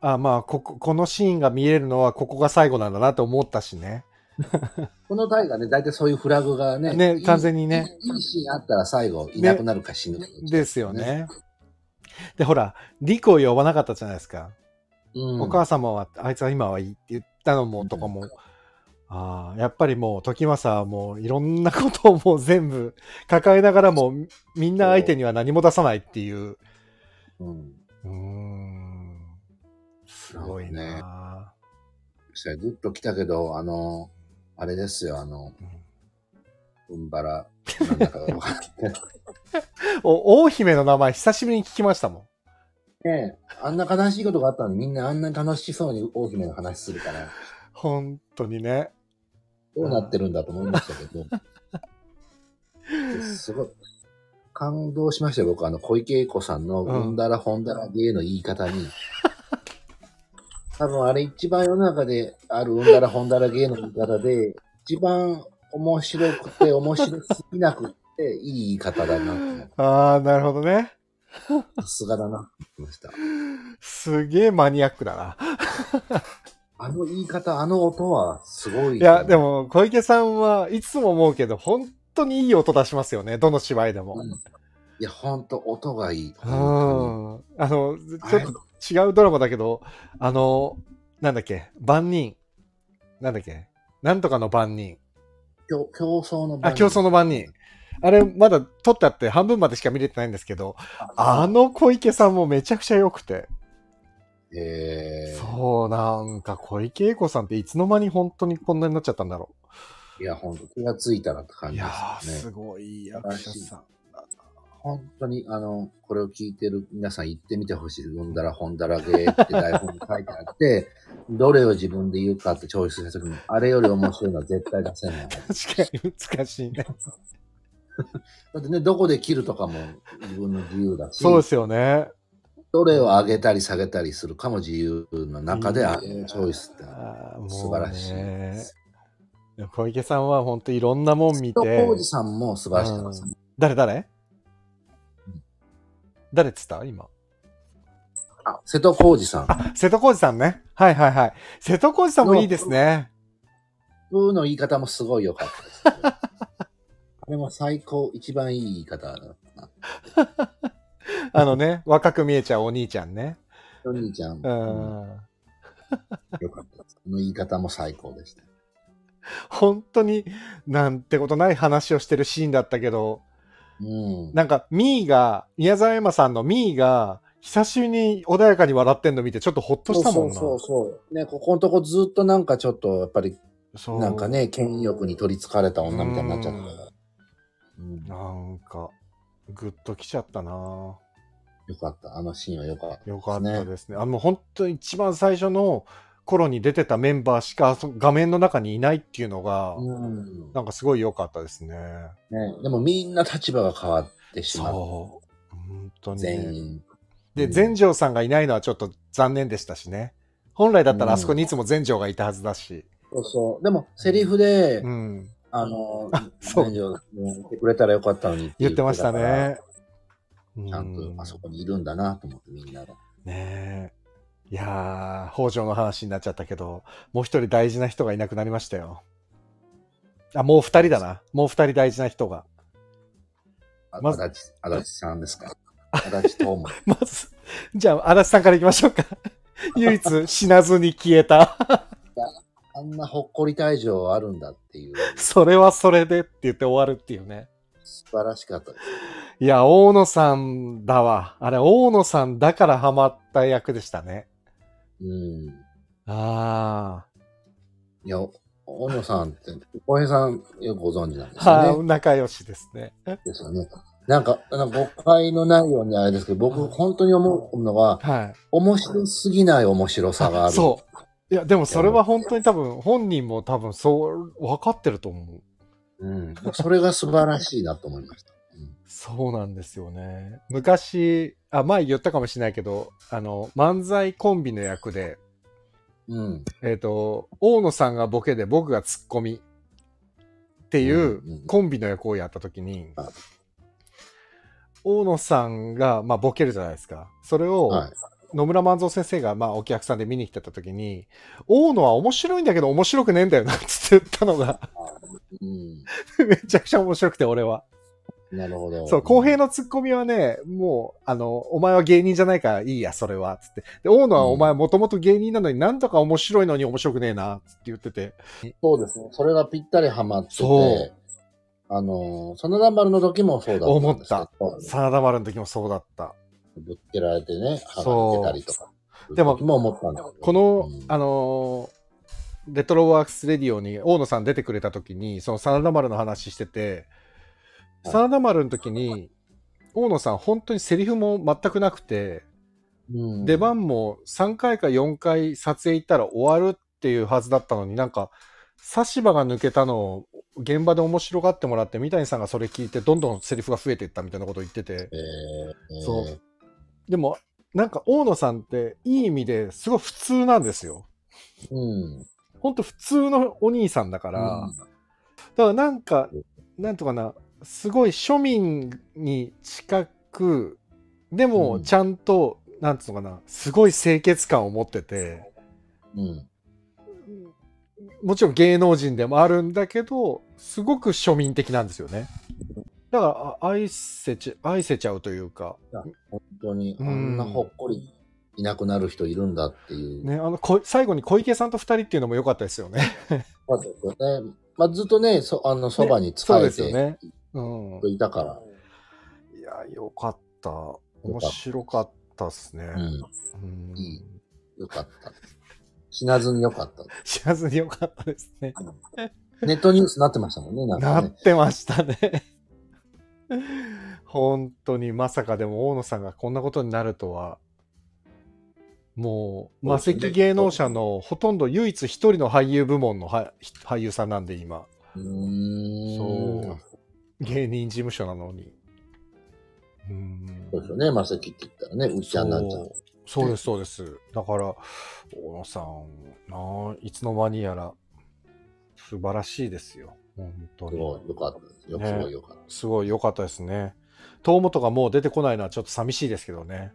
Speaker 1: あーまあこ こ、このシーンが見えるのは、ここが最後なんだなと思ったしね。
Speaker 2: この大がね、大体そういうフラグがね、
Speaker 1: ね
Speaker 2: いい
Speaker 1: 完全にね
Speaker 2: いい。いいシーンあったら最後、いなくなるか死ぬか、
Speaker 1: ですよ。ね。で、ほら、リコを呼ばなかったじゃないですか。
Speaker 2: うん
Speaker 1: お母様は、あいつは今はいいって言ったのもとかも、ああ、やっぱりもう、時政はもう、いろんなことをもう全部抱えながらも、みんな相手には何も出さないっていう。
Speaker 2: うん。
Speaker 1: うーん。すごい
Speaker 2: なん
Speaker 1: な。
Speaker 2: そしたらグッと来たけど、あの、あれですよ、あの、うんばら、なんだか わかんないけど
Speaker 1: お、大姫の名前、久しぶりに聞きましたもん。
Speaker 2: ねえあんな悲しいことがあったのにみんなあんなに楽しそうに大姫の話するから、
Speaker 1: 本当にね。
Speaker 2: どうなってるんだと思いましたけ ど。すごい。感動しましたよ、僕。あの、小池栄子さんの、
Speaker 1: うん
Speaker 2: うんだらほんだらゲーの言い方に。 多分あれ一番世の中であるうんだらほんだらゲーの言い方で、一番面白くて面白すぎなくていい言い方だなと思って。
Speaker 1: ああ、なるほどね。
Speaker 2: さすがだなと思いました。
Speaker 1: すげえマニアックだな。
Speaker 2: あの言い方、あの音はすごい。
Speaker 1: いや、で、も、小池さんはいつも思うけど、本当にいい音出しますよね。どの芝居でも。
Speaker 2: う
Speaker 1: うん
Speaker 2: ん。いや、ほんと音がいい。
Speaker 1: あ
Speaker 2: 本
Speaker 1: の、ちょ
Speaker 2: 当に
Speaker 1: っと違うドラマだけど、あの、なんだっけ、万人。なんだっけ、なんとかの万人。
Speaker 2: 競競争の
Speaker 1: あ、競争の番人。あれ、まだ撮ってあって半分までしか見れてないんですけど、あの小池さんもめちゃくちゃ良くて。
Speaker 2: えー、
Speaker 1: そう、なんか小池栄子さんっていつの間に本当にこんなになっちゃったんだろ
Speaker 2: いや、ほんと気がついたらって感
Speaker 1: う。い
Speaker 2: じで
Speaker 1: やー、
Speaker 2: すよ
Speaker 1: す
Speaker 2: ね。
Speaker 1: ごい役者さん。
Speaker 2: 本当に、あの、これを聞いてる皆さん言ってみてほしい。うんだらほんだらゲ ーって台本に書いてあって、どれを自分で言うかってチョイスした時に、あれより面白いのは絶対出せない。
Speaker 1: 確かに難しいね。
Speaker 2: だってね、どこで切るとかも自分の自由だし、
Speaker 1: そうですよね。
Speaker 2: どれを上げたり下げたりするかも自由の中で、あれのチョイスって
Speaker 1: あーもうね
Speaker 2: 素晴らしいです。
Speaker 1: 小池さんは本当いろんなもん見
Speaker 2: と
Speaker 1: て
Speaker 2: 浩。二さんも素晴らしかったですね。
Speaker 1: 誰誰誰っつった今。
Speaker 2: あ、瀬戸康二さん。
Speaker 1: あ、瀬戸康史さんね。はいはいはい。瀬戸康史さんもいいですね。
Speaker 2: うの言い方もすごい良かっ たです、ね。あれも最高、一番いい言い方だったな。
Speaker 1: あのね、若く見えちゃうお兄ちゃんね。
Speaker 2: お兄ちゃん、
Speaker 1: う
Speaker 2: 良
Speaker 1: ん。
Speaker 2: かったです。あの言い方も最高でした。
Speaker 1: 本当になんてことない話をしてるシーンだったけど、
Speaker 2: うん。
Speaker 1: なんかミーが、宮沢エマさんのミーが、久しぶりに穏やかに笑ってんの見てちょっとほっとしたもんな。
Speaker 2: そうそうそうそう。ね、ここのとこずっとなんかちょっと、やっぱり、
Speaker 1: そう
Speaker 2: なんか。ね、権力に取り憑かれた女みたいになっちゃったから。うん。
Speaker 1: なんか、ぐっときちゃったな
Speaker 2: よかった。あのシーンはよかった、
Speaker 1: よかった
Speaker 2: ね。
Speaker 1: ですね。あの、本当に一番最初の頃に出てたメンバーしかそ画面の中にいないっていうのが、
Speaker 2: うん。
Speaker 1: なんかすごい良かったですね。
Speaker 2: ね、でもみんな立場が変わってしまう。
Speaker 1: そう。本当にね、
Speaker 2: 全員。
Speaker 1: で、
Speaker 2: うん
Speaker 1: 全城さんがいないのはちょっと残念でしたしね。本来だったらあそこにいつも全城がいたはずだし。
Speaker 2: そうそう。でも、セリフで、
Speaker 1: うん。
Speaker 2: あの、
Speaker 1: そう
Speaker 2: 全女言ってくれたらよかったのにって
Speaker 1: 言ってました
Speaker 2: 言って
Speaker 1: ね。
Speaker 2: たから。ちゃんとあそこにいるんだなと思ってみんなが。
Speaker 1: うんねえ。いやー、北条の話になっちゃったけど、もう一人大事な人がいなくなりましたよ。あ、もう二人だな。もう二人大事な人が。
Speaker 2: あ
Speaker 1: ま
Speaker 2: 足
Speaker 1: ず
Speaker 2: 立、足立さんですか足立東馬。
Speaker 1: まず、じゃあ、足立さんから行きましょうか。唯一死なずに消えた。
Speaker 2: あんなほっこり退場あるんだっていう、
Speaker 1: それはそれでって言って終わるっていうね。
Speaker 2: 素晴らしかったです。
Speaker 1: いや、大野さんだわ。あれ、大野さんだからハマった役でしたね。
Speaker 2: うん。
Speaker 1: あ
Speaker 2: いや、大野さんって、小平さんよくご存知なんで
Speaker 1: あ、
Speaker 2: すよ
Speaker 1: はい、
Speaker 2: ね。
Speaker 1: 仲良しですね。
Speaker 2: ですよね。なんか、あの誤解のないようにあれですけど、僕本当に思うのは、
Speaker 1: はい。
Speaker 2: 面白すぎない面白さがある。
Speaker 1: そう。いや、でもそれは本当に多分、本人も多分そう、分かってると思う。
Speaker 2: う。うん。それが素晴らしいなと思いました。うん
Speaker 1: そうなんですよね。昔、あ、前言ったかもしれないけど、あの、漫才コンビの役で、
Speaker 2: うん。
Speaker 1: えっ、と、大野さんがボケで僕がツッコミってい
Speaker 2: うんうん
Speaker 1: うコンビの役をやったときに
Speaker 2: はい、
Speaker 1: 大野さんが、まあ、ボケるじゃないですか。それを、
Speaker 2: はい。
Speaker 1: 野村万蔵先生が、まあ、お客さんで見に来てたときに、大野は面白いんだけど面白くねえんだよなって言ったのが、
Speaker 2: うん。
Speaker 1: めちゃくちゃ面白くて、俺は。
Speaker 2: なるほど。
Speaker 1: そう、公平のツッコミはね、もう、あの、お前は芸人じゃないからいいや、それは、つって。で、大野は
Speaker 2: うん
Speaker 1: お前もともと芸人なのになんとか面白いのに面白くねえな、つって言ってて。
Speaker 2: そうですね。それがぴったりハマって
Speaker 1: そう
Speaker 2: て、あのー、真田丸の時もそうだったんですけど。
Speaker 1: 真田丸の時もそうだった。
Speaker 2: ぶっけられてね、
Speaker 1: そう
Speaker 2: 離れてたりとか。
Speaker 1: でも
Speaker 2: 今思ったんだけど。
Speaker 1: この
Speaker 2: うん、
Speaker 1: あのーレトロワークスレディオに大野さん出てくれた時に、その真田丸の話してて、
Speaker 2: はい
Speaker 1: 真田丸の時に、大野さん本当にセリフも全くなくて、
Speaker 2: うん
Speaker 1: 出番も3回か4回撮影行ったら終わるっていうはずだったのになんか差し歯が抜けたのを現場で面白がってもらって三谷さんがそれ聞いてどんどんセリフが増えていったみたいなこと言ってて
Speaker 2: えー
Speaker 1: そう
Speaker 2: えー
Speaker 1: でもなんか大野さんっていい意味ですごい普通なんですよ
Speaker 2: うん。
Speaker 1: ほんと普通のお兄さんだから、
Speaker 2: うん
Speaker 1: だからなんかなんとかなすごい庶民に近くで
Speaker 2: う
Speaker 1: も
Speaker 2: ん
Speaker 1: ちゃんと、なんつうのかなすごい清潔感を持ってて。
Speaker 2: うん。
Speaker 1: もちろん芸能人でもあるんだけど、すごく庶民的なんですよね。だから、あ愛せち、愛せちゃうというか、
Speaker 2: 本当に、
Speaker 1: うん
Speaker 2: あんなほっこりいなくなる人いるんだっていう。
Speaker 1: ね、あの、こい最後に小池さんと二人っていうのも良かったですよね。
Speaker 2: まあそうですねまあ、ずっとね、そあのそばに 仕
Speaker 1: そう
Speaker 2: え
Speaker 1: ですよ
Speaker 2: て
Speaker 1: ね。うん。
Speaker 2: いたから。
Speaker 1: いや、良かった。面白かったっすね。
Speaker 2: うん。
Speaker 1: うん
Speaker 2: いよかった。死なずによかった。
Speaker 1: 知らずに良かったですね。
Speaker 2: ネットニュースになってましたもんね、なん
Speaker 1: な
Speaker 2: か
Speaker 1: っ
Speaker 2: ね。
Speaker 1: てましたね。 本当にまさかでも大野さんがこんなことになるとは、もう、魔
Speaker 2: そ
Speaker 1: 石
Speaker 2: うですね
Speaker 1: 芸能者のほとんど唯一一人の俳優部門のは俳優さんなんで今、
Speaker 2: うーん。
Speaker 1: そう芸人事務所なのに。うん
Speaker 2: そうですよね、マセキって言ったらね、うっちゃんになっちゃう。
Speaker 1: そうです、そうです。だから、大野さん、ないつの間にやら、素晴らしいですよ。本当
Speaker 2: す
Speaker 1: に。
Speaker 2: ごい、よかったです。よ
Speaker 1: ね
Speaker 2: すごいよかっ
Speaker 1: すごい良かったですね。遠本がもう出てこないのはちょっと寂しいですけどね。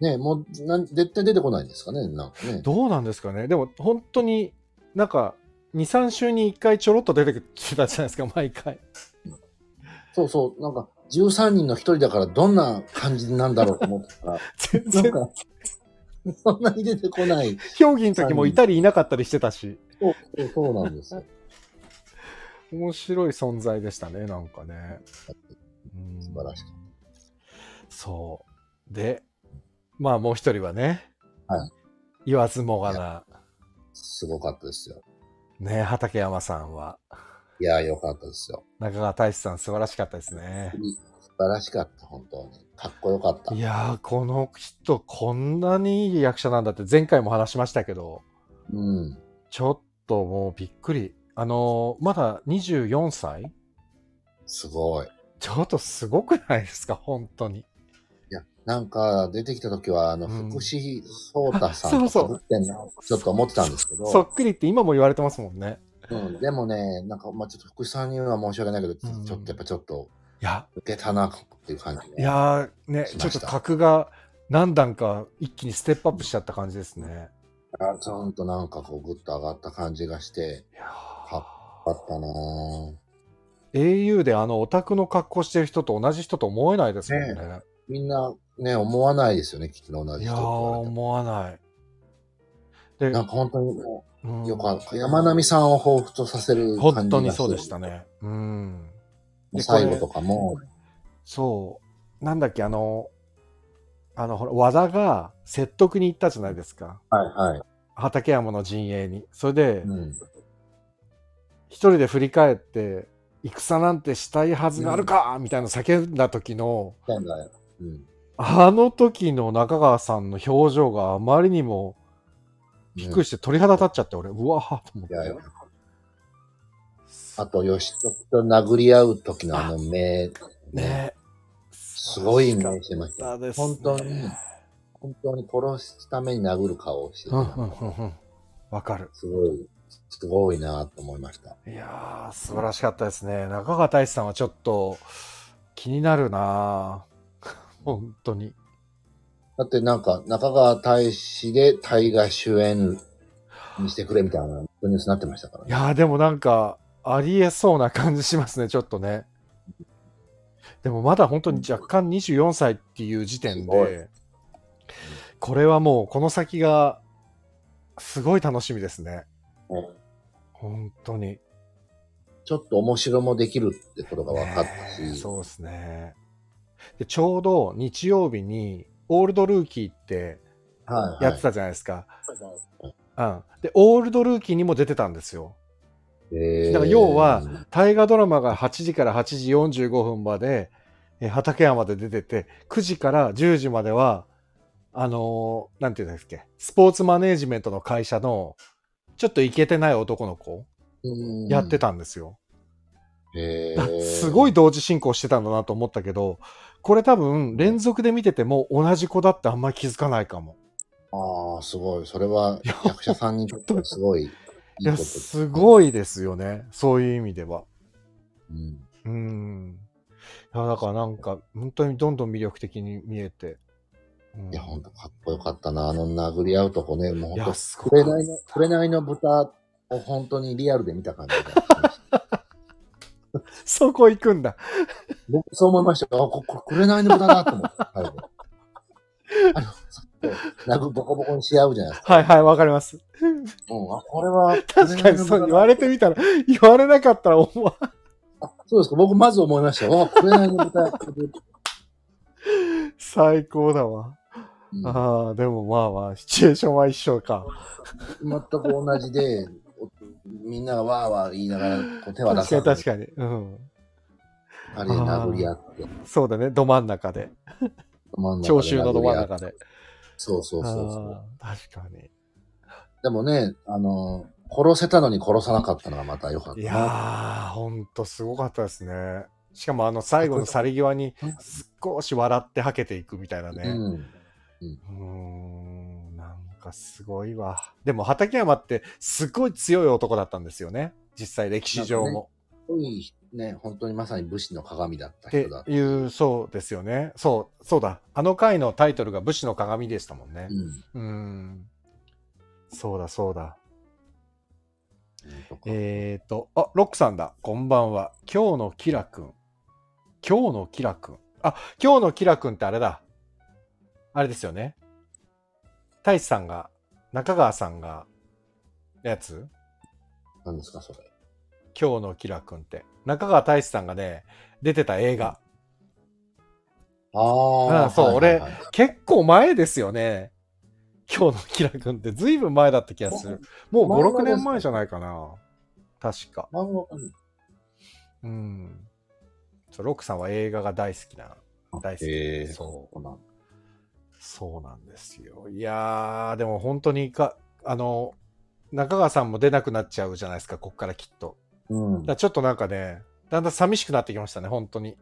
Speaker 2: た。ねもうなん、絶対出てこないんですかね、なんかね。
Speaker 1: どうなんですかね。でも本当になんか2、3週に1回ちょろっと出てきてたじゃないですか、毎回。
Speaker 2: そうそう、なんか、13人の一人だからどんな感じなんだろうと思ったら、
Speaker 1: 全
Speaker 2: なん
Speaker 1: 然、
Speaker 2: か、そんなに出てこない。
Speaker 1: 評議の時もいたりいなかったりしてたし、
Speaker 2: そうそうそうなんですよ。
Speaker 1: 面白い存在でしたね、なんかね。うん
Speaker 2: 素晴らしい。
Speaker 1: そう。で、まあもう一人はね、
Speaker 2: はい
Speaker 1: 言わずもがな、
Speaker 2: すごかったですよ。
Speaker 1: ね、畠山さんは、
Speaker 2: いやー、よかったですよ。
Speaker 1: 中川大志さん素晴らしかったですね。
Speaker 2: 素晴らしかった、本当に。かっこよかった。
Speaker 1: いやー、この人、こんなにいい役者なんだって、前回も話しましたけど、
Speaker 2: うん。
Speaker 1: ちょっともうびっくり。あのーまだ24歳
Speaker 2: すごい。
Speaker 1: ちょっとすごくないですか、本当に。
Speaker 2: いや、なんか、出てきた時は、あの、
Speaker 1: うん
Speaker 2: 福士蒼太さ
Speaker 1: あ
Speaker 2: んと
Speaker 1: そうそ
Speaker 2: か
Speaker 1: う
Speaker 2: ぶってんな、ちょっと思ってたんですけど。
Speaker 1: そっくりって今も言われてますもんね。
Speaker 2: うん、でもね、なんか、まあちょっと福士さんには申し訳ないけど、
Speaker 1: うん
Speaker 2: ちょっとやっぱちょっと、
Speaker 1: いや、
Speaker 2: 抜けたな、っていう感じ、ね。
Speaker 1: いやー、ね、
Speaker 2: し
Speaker 1: ちょ
Speaker 2: ま
Speaker 1: っと
Speaker 2: した
Speaker 1: 格が何段か一気にステップアップしちゃった感じですね。
Speaker 2: あ、ちょんとなんかこう、ぐっと上がった感じがして、
Speaker 1: いや
Speaker 2: あったなぁ。
Speaker 1: ー au であのオタクの格好してる人と同じ人と思えないですもんね。
Speaker 2: みんな、ね、思わないですよね、きっと同
Speaker 1: い
Speaker 2: じ
Speaker 1: や
Speaker 2: 人
Speaker 1: ー、
Speaker 2: と。
Speaker 1: 思わない。で、
Speaker 2: なんか本当にも
Speaker 1: うん
Speaker 2: う、よかった。山並さんを彷彿とさせる感じがして
Speaker 1: 本当にそうでした。ね。うん。で
Speaker 2: 最後とかも、
Speaker 1: そう。なんだっけ、あの、あの、ほら、和田が説得に行ったじゃないですか。
Speaker 2: はいはい。
Speaker 1: 畠山の陣営に。それで、
Speaker 2: うん。
Speaker 1: 一人で振り返って、戦なんてしたいはずがあるか、みたいな叫んだ時の、
Speaker 2: なんだうん。
Speaker 1: あの時の中川さんの表情があまりにもびっくりして鳥肌立っちゃって、俺、うわーと思っ
Speaker 2: いやい
Speaker 1: て
Speaker 2: や。あと、吉時と殴り合う時のあの目、ね、
Speaker 1: ね
Speaker 2: すごい目してました。
Speaker 1: そうですね
Speaker 2: 本当に、本当に殺すために殴る顔をして
Speaker 1: う
Speaker 2: た
Speaker 1: んうんうんうん。わかる。
Speaker 2: すごい、すごいなと思いました。
Speaker 1: いやー、素晴らしかったですね。中川大志さんはちょっと気になるなぁ 本当に。
Speaker 2: だってなんか、中川大志で大河主演にしてくれみたいなニュースになってましたから
Speaker 1: い
Speaker 2: ね。
Speaker 1: やー、でもなんか、ありえそうな感じしますね、ちょっとね。でもまだ本当に若干24歳っていう時点
Speaker 2: すごい
Speaker 1: で、これはもうこの先がすごい楽しみですね。
Speaker 2: うん
Speaker 1: 本当に。
Speaker 2: ちょっと面白もできるってことが分かったし、
Speaker 1: ねえそうですねで。ちょうど日曜日にオールドルーキーって
Speaker 2: はい、
Speaker 1: や
Speaker 2: は
Speaker 1: って
Speaker 2: い。
Speaker 1: たじゃないですか。うん。で、オールドルーキーにも出てたんですよ。
Speaker 2: えー
Speaker 1: だから要は、大河ドラマが8時から8時45分まで、えー畠山で出てて、9時から10時までは、あのーなんていうんですっけ、スポーツマネージメントの会社の、ちょっとイケてない男の子、やって
Speaker 2: た。
Speaker 1: たんですよ。
Speaker 2: え
Speaker 1: だ
Speaker 2: ー
Speaker 1: すごい同時進行してたんだなと思ったけど、これ多分連続で見てても同じ子だってあんまり気づかないかも。
Speaker 2: ああ、すごい。それは役者さんにとってはすごいいい
Speaker 1: い
Speaker 2: こ
Speaker 1: や、
Speaker 2: と。
Speaker 1: すごいですよね。そういう意味では。
Speaker 2: うん
Speaker 1: うん。いや、だからなんか、本当にどんどん魅力的に見えて。うん
Speaker 2: いや、ほんとかっこよかったな。あの殴り合うとこね、も
Speaker 1: い
Speaker 2: うほん
Speaker 1: や、
Speaker 2: と、
Speaker 1: すご
Speaker 2: くれ
Speaker 1: い。
Speaker 2: ないの、くれないの豚を本当にリアルで見た感じが。
Speaker 1: そこ行くんだ。
Speaker 2: 僕そう思いました。あ、ここれ、くれないの豚だと思って、最後。あの、さっき、殴ボコボコにし合うじゃないです
Speaker 1: はいはい、わかります。
Speaker 2: か。うん、あ、これは、
Speaker 1: 確かにそう言われてみたら、言われなかったら思わ
Speaker 2: あそうですか。僕、まず思いましたよ。あ、くれないの豚やってる。
Speaker 1: 最高だわ。
Speaker 2: うん
Speaker 1: ああ、でもまあまあ、シチュエーションは一緒か。
Speaker 2: 全く同じで、おみんながわーわー言いながらこう手は出
Speaker 1: 確か
Speaker 2: さ
Speaker 1: に
Speaker 2: ない
Speaker 1: 確かに。うん。
Speaker 2: あれで殴り合って、
Speaker 1: そうだね、ど真ん中で。
Speaker 2: ど真ん中で
Speaker 1: 聴衆のど真ん
Speaker 2: 殴り合って
Speaker 1: 中で。
Speaker 2: そうそうそうそう。
Speaker 1: あー確か
Speaker 2: でもね、あの、殺せたのに殺さなかったのがまた良かった。
Speaker 1: に。いやー、ほんとすごかったですね。しかもあの最後の去り際に少し笑ってはけていくみたいなね。
Speaker 2: うん。
Speaker 1: うーんなんかすごいわ。でも畠山ってすごい強い男だったんですよね。実際歴史上も。
Speaker 2: すごいね、本当にまさに武士の鏡だった
Speaker 1: っ
Speaker 2: 人だ。
Speaker 1: ていう、そうですよね。そう、そうだ。あの回のタイトルが武士の鏡でしたもんね
Speaker 2: う。ん。
Speaker 1: うーん。そうだ、そうだ。えーと、あ、ロックさんだ。こんばんは。今日のキラくん。今日のキラくん。あ、今日のキラくんってあれだ。あれですよね。大志さんが、中川さんが、やつ
Speaker 2: 何ですか、それ。
Speaker 1: 今日のキラくんって。中川大志さんがね、出てた映画。
Speaker 2: あ
Speaker 1: あ
Speaker 2: あ、
Speaker 1: そう
Speaker 2: はいはいはい
Speaker 1: 結構前ですよね。今日のキラくんってずいぶん前だった気がする。もう5、6年前じゃないかな。確か。
Speaker 2: 漫画うん
Speaker 1: うん。そうロックさんは映画が大好きな。大好き。
Speaker 2: へー
Speaker 1: そう。
Speaker 2: こんなん
Speaker 1: そうなんですよ。いやー、でも本当にか、あの、中川さんも出なくなっちゃうじゃないですか、こっからきっと。
Speaker 2: う
Speaker 1: だ
Speaker 2: ん
Speaker 1: からちょっとなんかね、だんだん寂しくなってきましたね、本当に。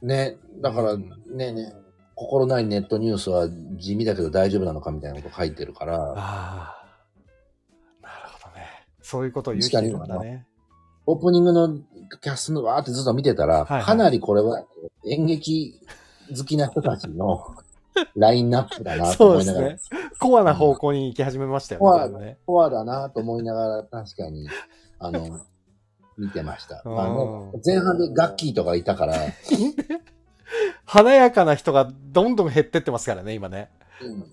Speaker 2: ね、だから、
Speaker 1: うん
Speaker 2: ねえねえ、心ないネットニュースは地味だけど大丈夫なのかみたいなこと書いてるから、
Speaker 1: ああ。なるほどね。そういうことを言う人いるんだね。
Speaker 2: オープニングのキャストのわーってずっと見てたら、
Speaker 1: はいはい
Speaker 2: かなりこれは演劇好きな人たち のラインナップだなと
Speaker 1: そう
Speaker 2: 思
Speaker 1: で
Speaker 2: い
Speaker 1: す
Speaker 2: ながら、
Speaker 1: ね。 コアな方向に行き始めましたよね
Speaker 2: コ
Speaker 1: こ
Speaker 2: ア
Speaker 1: れもね。
Speaker 2: コアだなと思いながら確かに、あの、見てました。あ
Speaker 1: うん
Speaker 2: の前半でガッキーとかいたから、
Speaker 1: 華やかな人がどんどん減ってってますからね、今ね。
Speaker 2: うん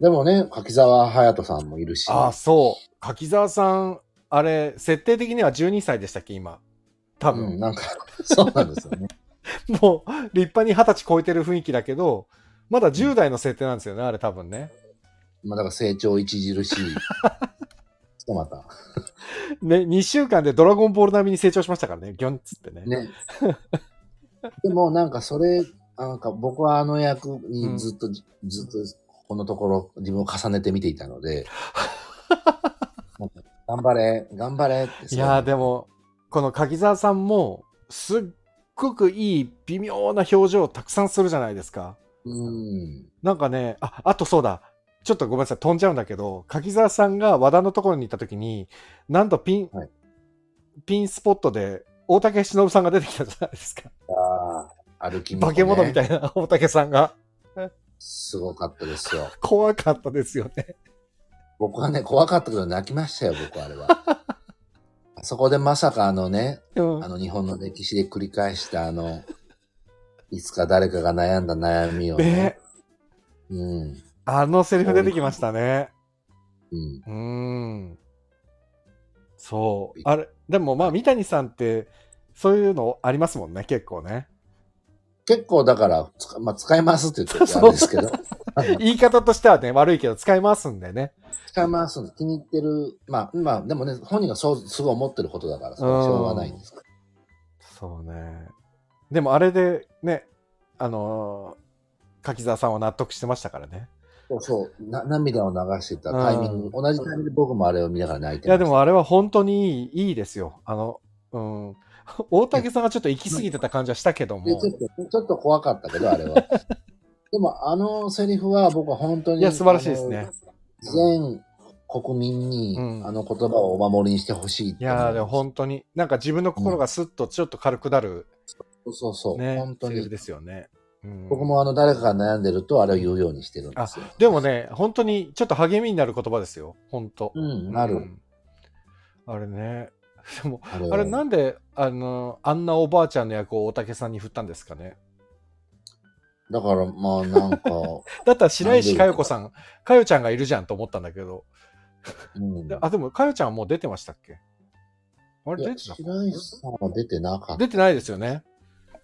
Speaker 2: でもね、柿沢隼人さんもいるし、
Speaker 1: ああ、そう。柿沢さん、あれ、設定的には12歳でしたっけ、今。多分。
Speaker 2: うん、なんか、 そうなんですよね。
Speaker 1: もう立派に二十歳超えてる雰囲気だけど、まだ10代の設定なんですよね、あれ多分ね。
Speaker 2: まあ、だから成長著しい。ちょっとまた。
Speaker 1: ね、2週間でドラゴンボール並みに成長しましたからね、ギョンっつってね。
Speaker 2: ね。でもなんかそれ、なんか僕はあの役にずっと、ずっとこのところ自分を重ねて見ていた ので、なんか頑張れ、頑張れって
Speaker 1: いやー、でも、この柿沢さんも、すっごくいい微妙な表情をたくさんするじゃないですか。
Speaker 2: うん。
Speaker 1: なんかね、あ、あとそうだ。ちょっとごめんなさい、飛んじゃうんだけど、柿沢さんが和田のところに行った時に、なんとピン、
Speaker 2: はい
Speaker 1: ピンスポットで、大竹しのぶさんが出てきたじゃないですか。
Speaker 2: ああ、歩き、ね、
Speaker 1: 化け物みた
Speaker 2: い。
Speaker 1: いな大竹さんが。
Speaker 2: すごかったですよ。
Speaker 1: 怖かったですよね。
Speaker 2: 僕はね、怖かったけど泣きましたよ、僕はあれは。そこでまさかあのね、
Speaker 1: うん
Speaker 2: あの日本の歴史で繰り返したあの、いつか誰かが悩んだ悩みをね
Speaker 1: ね。、
Speaker 2: うん。
Speaker 1: あのセリフ出てきましたね。
Speaker 2: うん。
Speaker 1: うーん。そう。あれ、でもまあ、三谷さんって、そういうのありますもんね、結構ね。
Speaker 2: 結構だから、つかまあ、使いますって言ってたんですけど、
Speaker 1: 言い方としてはね、悪いけど使いますんでね。
Speaker 2: 使いますの気に入ってる、まあ、まあ、でもね、本人がそう、すごい思ってることだから、それはしょうがないんですけど
Speaker 1: そうね。でもあれでね、あのー柿沢さんは納得してましたからね。
Speaker 2: そうそうな、涙を流してたタイミング、
Speaker 1: うん
Speaker 2: 同じタイミングで僕もあれを見ながら泣いて
Speaker 1: いや、でもあれは本当にいい、いいですよ。あの、うん。大竹さんがちょっと行き過ぎてた感じはしたけど
Speaker 2: で
Speaker 1: も
Speaker 2: ちょ。っと、ちょっと怖かったけど、あれは。でも、あのセリフは僕は本当に。
Speaker 1: いや、素晴らしいですね。
Speaker 2: あの。全国民に、
Speaker 1: うん
Speaker 2: あの言葉をお守りにしてほしいって
Speaker 1: い
Speaker 2: 思います
Speaker 1: やー、でも本当に、なんか自分の心がスッとちょっと軽くなる、
Speaker 2: そうそう、
Speaker 1: ね、
Speaker 2: 本当
Speaker 1: セリフ
Speaker 2: に。
Speaker 1: ですよね。うん
Speaker 2: 僕もあの、誰かが悩んでると、あれを言うようにしてるんですよ。
Speaker 1: でもね、本当にちょっと励みになる言葉ですよ、本当。
Speaker 2: うん、な
Speaker 1: う
Speaker 2: る。
Speaker 1: んあれね。でも、
Speaker 2: あれ
Speaker 1: あれなんで、あの、あんなおばあちゃんの役を大竹さんに振ったんですかね。
Speaker 2: だから、まあ、なんか、
Speaker 1: だったら白石佳代子さん、佳代ちゃんがいるじゃんと思ったんだけど。
Speaker 2: うん。
Speaker 1: であ、でも佳代ちゃんはもう出てましたっけあ
Speaker 2: い
Speaker 1: れ
Speaker 2: や
Speaker 1: 出てた
Speaker 2: 白石さんは出てなかった。
Speaker 1: 出てないですよね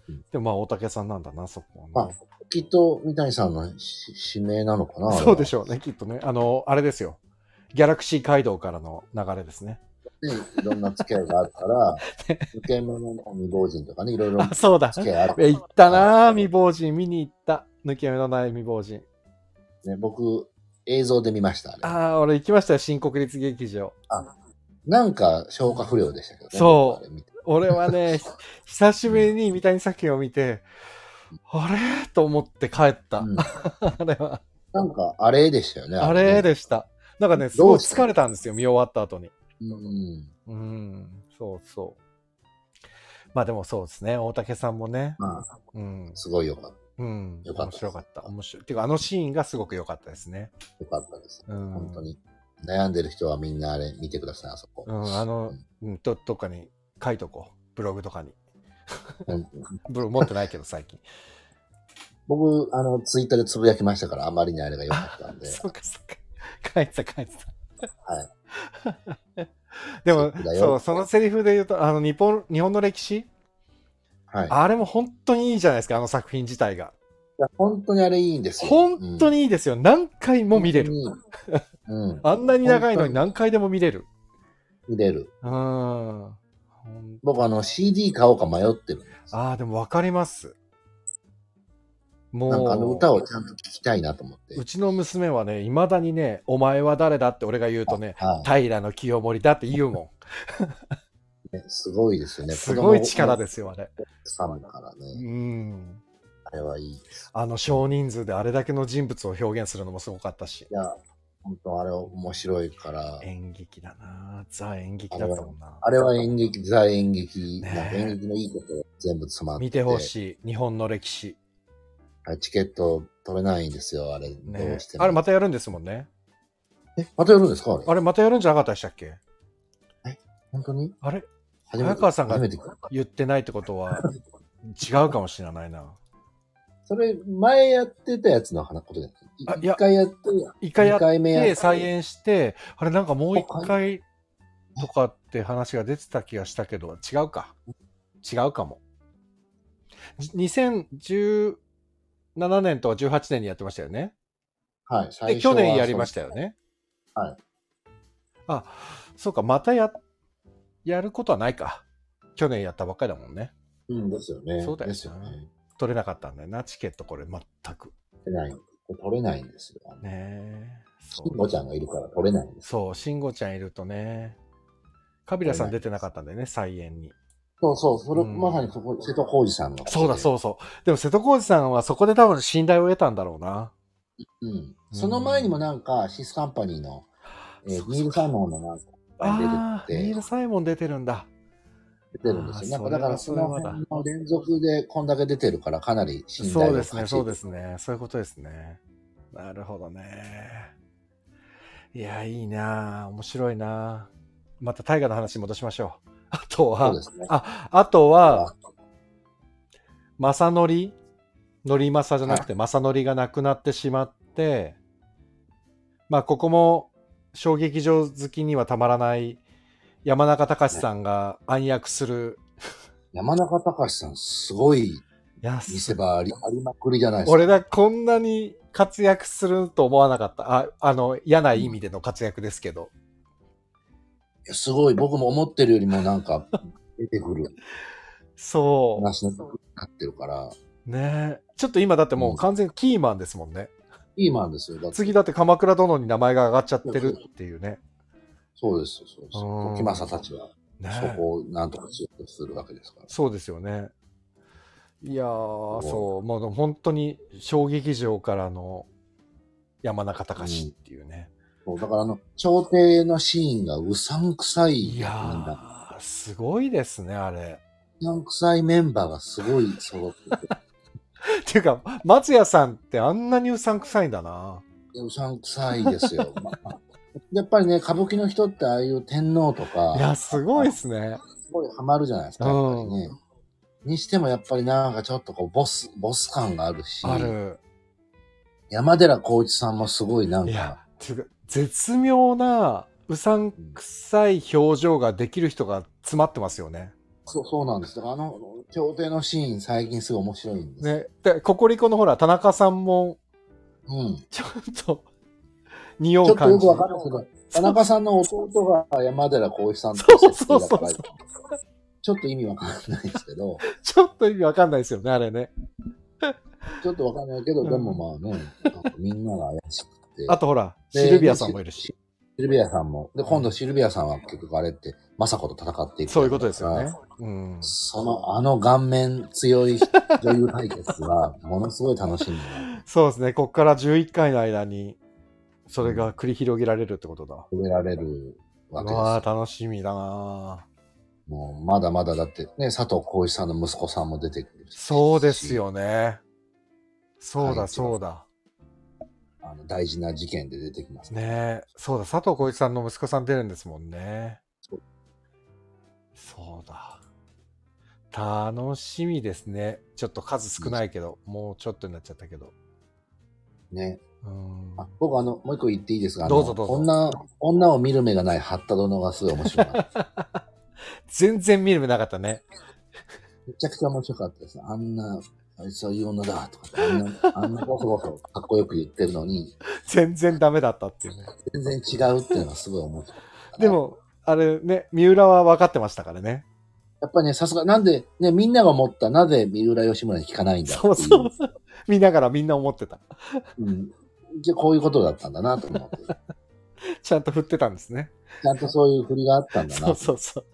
Speaker 2: うん。
Speaker 1: でもまあ大竹さんなんだな、そこ
Speaker 2: ま
Speaker 1: は、
Speaker 2: あ
Speaker 1: ね。、
Speaker 2: きっと三谷さんのし指名なのかな
Speaker 1: そうでし
Speaker 2: ょ
Speaker 1: ょうね、きっとね。あの、あれですよ。ギャラクシー街道からの流れですね。
Speaker 2: う。ね、いろんな付き合いがあ るから、受け物の未亡人とかね、いろいろ
Speaker 1: あ、そうだ。
Speaker 2: 付き合いある。
Speaker 1: え行ったなあ未亡人見に行った抜け目のない未亡人
Speaker 2: ね、僕、映像で見ました、あれ。
Speaker 1: ああ俺行きましたよ新国立劇場
Speaker 2: なんか消化不良でしたけどね。
Speaker 1: そう
Speaker 2: 僕あれ見て
Speaker 1: 俺は ねひ久しぶりに三谷作品を見てあれと思って帰った、
Speaker 2: うん
Speaker 1: あれは
Speaker 2: なんか、あれでしたよね。
Speaker 1: あれ
Speaker 2: ね。
Speaker 1: でしたなんかねすごい疲れたんですよ見終わった後に
Speaker 2: うん。
Speaker 1: うんそうそうまあでもそうですね大竹さんもね
Speaker 2: まあ、
Speaker 1: うん
Speaker 2: すごいよかっ
Speaker 1: うん
Speaker 2: よかった
Speaker 1: 面白かった面白いっていうかあのシーンがすごく良かったですね
Speaker 2: た。よかったです。
Speaker 1: うん
Speaker 2: 本当に。悩んでる人はみんなあれ見てください、あそこ。
Speaker 1: うんあのうんどどっかに書いとこうブログとかに
Speaker 2: うん
Speaker 1: ブログ持ってない けど最近
Speaker 2: 僕、あの、ツイッターでつぶやきましたから、あまりにあれが良かったんで。
Speaker 1: そうかそうか書いてた書いてた
Speaker 2: はい
Speaker 1: でも
Speaker 2: そうだよ
Speaker 1: そうそのセリフで言うとあの日本日本の歴史
Speaker 2: はい。
Speaker 1: あれも本当にいいじゃないですかあの作品自体が
Speaker 2: いや本当にあれいいんですよ。
Speaker 1: 本当
Speaker 2: に
Speaker 1: にいいですよ、何回も見れる。
Speaker 2: うん。
Speaker 1: あんなに長いのに
Speaker 2: 本
Speaker 1: 何回でも見れる
Speaker 2: 当に見れる。
Speaker 1: うんほん
Speaker 2: 僕、あの、CD 買おうか迷ってるんです。
Speaker 1: ああでも分かりますもう
Speaker 2: なんかあの歌をちゃんと聞きたいなと思って。
Speaker 1: うちの娘はね、いまだにね、お前は誰だって俺が言うとね、
Speaker 2: は
Speaker 1: 平の清盛だって言うも
Speaker 2: いねすごいですよ
Speaker 1: ん。
Speaker 2: ね。。
Speaker 1: すごい力ですすよ、あれ。
Speaker 2: さんから
Speaker 1: う
Speaker 2: ね。
Speaker 1: ん。
Speaker 2: あれはいいです。
Speaker 1: あの少人数であれだけの人物を表現するのもすごかったし
Speaker 2: い。や、本当あれ面白いから。
Speaker 1: 演劇だなザ演劇だったもんな。
Speaker 2: あれは演劇、ザ演劇、
Speaker 1: ねえ
Speaker 2: なんか演劇のいいこと全部詰まって。
Speaker 1: 見てほしい、日本の歴史。
Speaker 2: あれチケット取れないんですよ、あれ。ど
Speaker 1: ね
Speaker 2: うして、も。
Speaker 1: あれまたやるんですもんね。
Speaker 2: えまたやるんですかあれ。
Speaker 1: あれまたやるんじゃなかったでしたっけ
Speaker 2: 本当に
Speaker 1: あれ
Speaker 2: 初めて
Speaker 1: 早川さんが
Speaker 2: 初めて聞いた
Speaker 1: 言ってないってこと は違うかもしれないな。
Speaker 2: それ、前やってたやつの話ことじゃな
Speaker 1: あ
Speaker 2: い
Speaker 1: いや
Speaker 2: 一回やって、
Speaker 1: 一回や
Speaker 2: 二
Speaker 1: って
Speaker 2: 回目やって
Speaker 1: 再演してあれなんかもう一回とかって話が出てた気がしたけど違うか違うかもじ2017年と18年にやってましたよね
Speaker 2: はい、最
Speaker 1: で
Speaker 2: 初は
Speaker 1: 去年やりましたよね
Speaker 2: はい
Speaker 1: あそうかまたややることはないか去年やったばっかりだもんね
Speaker 2: そう。うん、ですよね。
Speaker 1: そうだよな
Speaker 2: ですよね。
Speaker 1: 取れなかったんだよなチケットこれ全く
Speaker 2: 取れない。取れないんですよ。
Speaker 1: ねえそ
Speaker 2: シンゴちゃんがいるから取れないんです。
Speaker 1: そう、慎吾ちゃんいるとね、カビラさん出てなかったんだよね、再演に。
Speaker 2: そうそう、それ、
Speaker 1: うん
Speaker 2: まさにそこ、瀬戸康史さんの。
Speaker 1: そうだ、
Speaker 2: う。
Speaker 1: そうそう。でも瀬戸康史さんはそこで多分信頼を得たんだろうな。
Speaker 2: うん。その前にもなんか、シスカンパニーの、え
Speaker 1: そうそ
Speaker 2: ー、
Speaker 1: う
Speaker 2: ニール・サイモンのなんか、
Speaker 1: ああ、
Speaker 2: 出て
Speaker 1: ニー
Speaker 2: て
Speaker 1: ル・サイモン出てるんだ。
Speaker 2: 出てるんですよ。なん
Speaker 1: あー
Speaker 2: か、だから、
Speaker 1: そ
Speaker 2: そ
Speaker 1: れは
Speaker 2: の
Speaker 1: それは
Speaker 2: 辺の連続でこんだけ出てるから、かなり信
Speaker 1: そ
Speaker 2: 頼
Speaker 1: う
Speaker 2: を。
Speaker 1: ですね、そうですすね。そういうことですね。なるほどね。いや、いいなあ面白いなあまた大河の話に戻しましょう。あと
Speaker 2: そう
Speaker 1: は
Speaker 2: で、すね。
Speaker 1: あ、あとは、正則のりまさじゃなくて、正則が亡くなってしまって、まあ、ここも、小劇場好きにはたまらない、山中隆さんが暗躍する、
Speaker 2: 山中隆さん、すごい
Speaker 1: いや、
Speaker 2: 見せ場ありありまくりじゃないですか。
Speaker 1: 俺だ、こんなに活躍すると思わなかった。あ、あの、嫌な意味での活躍ですけど。
Speaker 2: すごい、僕も思ってるよりもなんか、出てくる
Speaker 1: そ
Speaker 2: 話になってるから、
Speaker 1: う。ねえちょっと今だってもう完全にキーマンですもんね。
Speaker 2: いいマンですよ。だって
Speaker 1: 次だって鎌倉殿に名前が上がっちゃってるっていうね。
Speaker 2: そうです、そうです。
Speaker 1: うん
Speaker 2: 時政たちは、
Speaker 1: ね
Speaker 2: そこをなんとかしようとするわけですから。
Speaker 1: そうですよね。いやー、
Speaker 2: すごい
Speaker 1: そう、もう本当に小劇場からの山中隆っていうね。
Speaker 2: そうだからあの、朝廷のシーンがうさんくさい、
Speaker 1: いやー、すごいですね、あれ。
Speaker 2: うさんくさいメンバーがすごい揃って て、
Speaker 1: っていうか、松屋さんってあんなにうさんくさいんだな。
Speaker 2: でうさんくさいですよ。まあまあやっぱりね、歌舞伎の人ってああいう天皇とか、
Speaker 1: いや、すごいですね。
Speaker 2: すごいハマるじゃないですか、やっぱりね。にしてもやっぱりなんかちょっとこう、ボス、ボス感があるし、
Speaker 1: ある。
Speaker 2: 山寺宏一さんもすごいなん
Speaker 1: い
Speaker 2: か
Speaker 1: や、、っていうか、絶妙なうさんくさい表情ができる人が詰まってますよね。
Speaker 2: そうそうなんです。だからあの、朝廷のシーン最近すごい面白いんです。
Speaker 1: ね。で、ココリコのほら、田中さんも、
Speaker 2: うん。ち
Speaker 1: ちょっと、匂
Speaker 2: ょ
Speaker 1: う
Speaker 2: っと
Speaker 1: 感
Speaker 2: よ
Speaker 1: じ。
Speaker 2: くわかんないけど、田中さんの弟が山寺宏一さんって設定だから
Speaker 1: そうそう
Speaker 2: ちょっと意味わかんないですけど、
Speaker 1: ちょっと意味わかんないですよね、あれね。
Speaker 2: ちょっとわかんないけど、
Speaker 1: うん
Speaker 2: でもまあね、なんかみんなが怪しくて。
Speaker 1: あとほら、
Speaker 2: で
Speaker 1: シルビアさんもいるし。。
Speaker 2: シルビアさんも。で、今度シルビアさんは結局あれって、政子と戦っていく。
Speaker 1: そういうことですよね。。うん。
Speaker 2: その、あの顔面強い女優対決は、ものすごい楽しみだな。
Speaker 1: そうですね、こっから11回の間に、それが繰り広げられるってことだ。
Speaker 2: 覚えられるわけ
Speaker 1: う
Speaker 2: ですよ
Speaker 1: わー、楽しみだなー
Speaker 2: もうまだまだだってね、佐藤浩市さんの息子さんも出てくるし
Speaker 1: そうです。よね。そうだ、そうだ。
Speaker 2: あの大事な事件で出てきますね。
Speaker 1: ねえ、そうだ、佐藤浩市さんの息子さん出るんですもんね
Speaker 2: そ。
Speaker 1: そうだ。楽しみですね。ちょっと数少ないけど、もうちょっとになっちゃったけど。
Speaker 2: ね。
Speaker 1: うん。
Speaker 2: あ僕あの、もう一個言っていいですかあの
Speaker 1: どうぞどうぞ
Speaker 2: 女、女を見る目がない八田殿がすごい面白かった。
Speaker 1: 全然見る目なかったね。
Speaker 2: めちゃくちゃ面白かったです。あんな、あいつはいう女だとか、あんな、 あんなごそごそかっこよく言ってるのに、
Speaker 1: 全然ダメだったっていうね。
Speaker 2: 全然違うっていうのがすごい面白かった。
Speaker 1: で、も、あれね、三浦は分かってましたからね。
Speaker 2: やっぱりね、さすが、なんで、ね、みんなが思った、なぜ三浦義村に聞かないんだって
Speaker 1: そ
Speaker 2: い
Speaker 1: うそうそう。見ながらみんな思ってた。
Speaker 2: うん。じゃあこういうことだったんだなと思 って。
Speaker 1: ちゃんと振ってたんですね。
Speaker 2: ちゃんとそういう振りがあったんだな
Speaker 1: そうそうそう。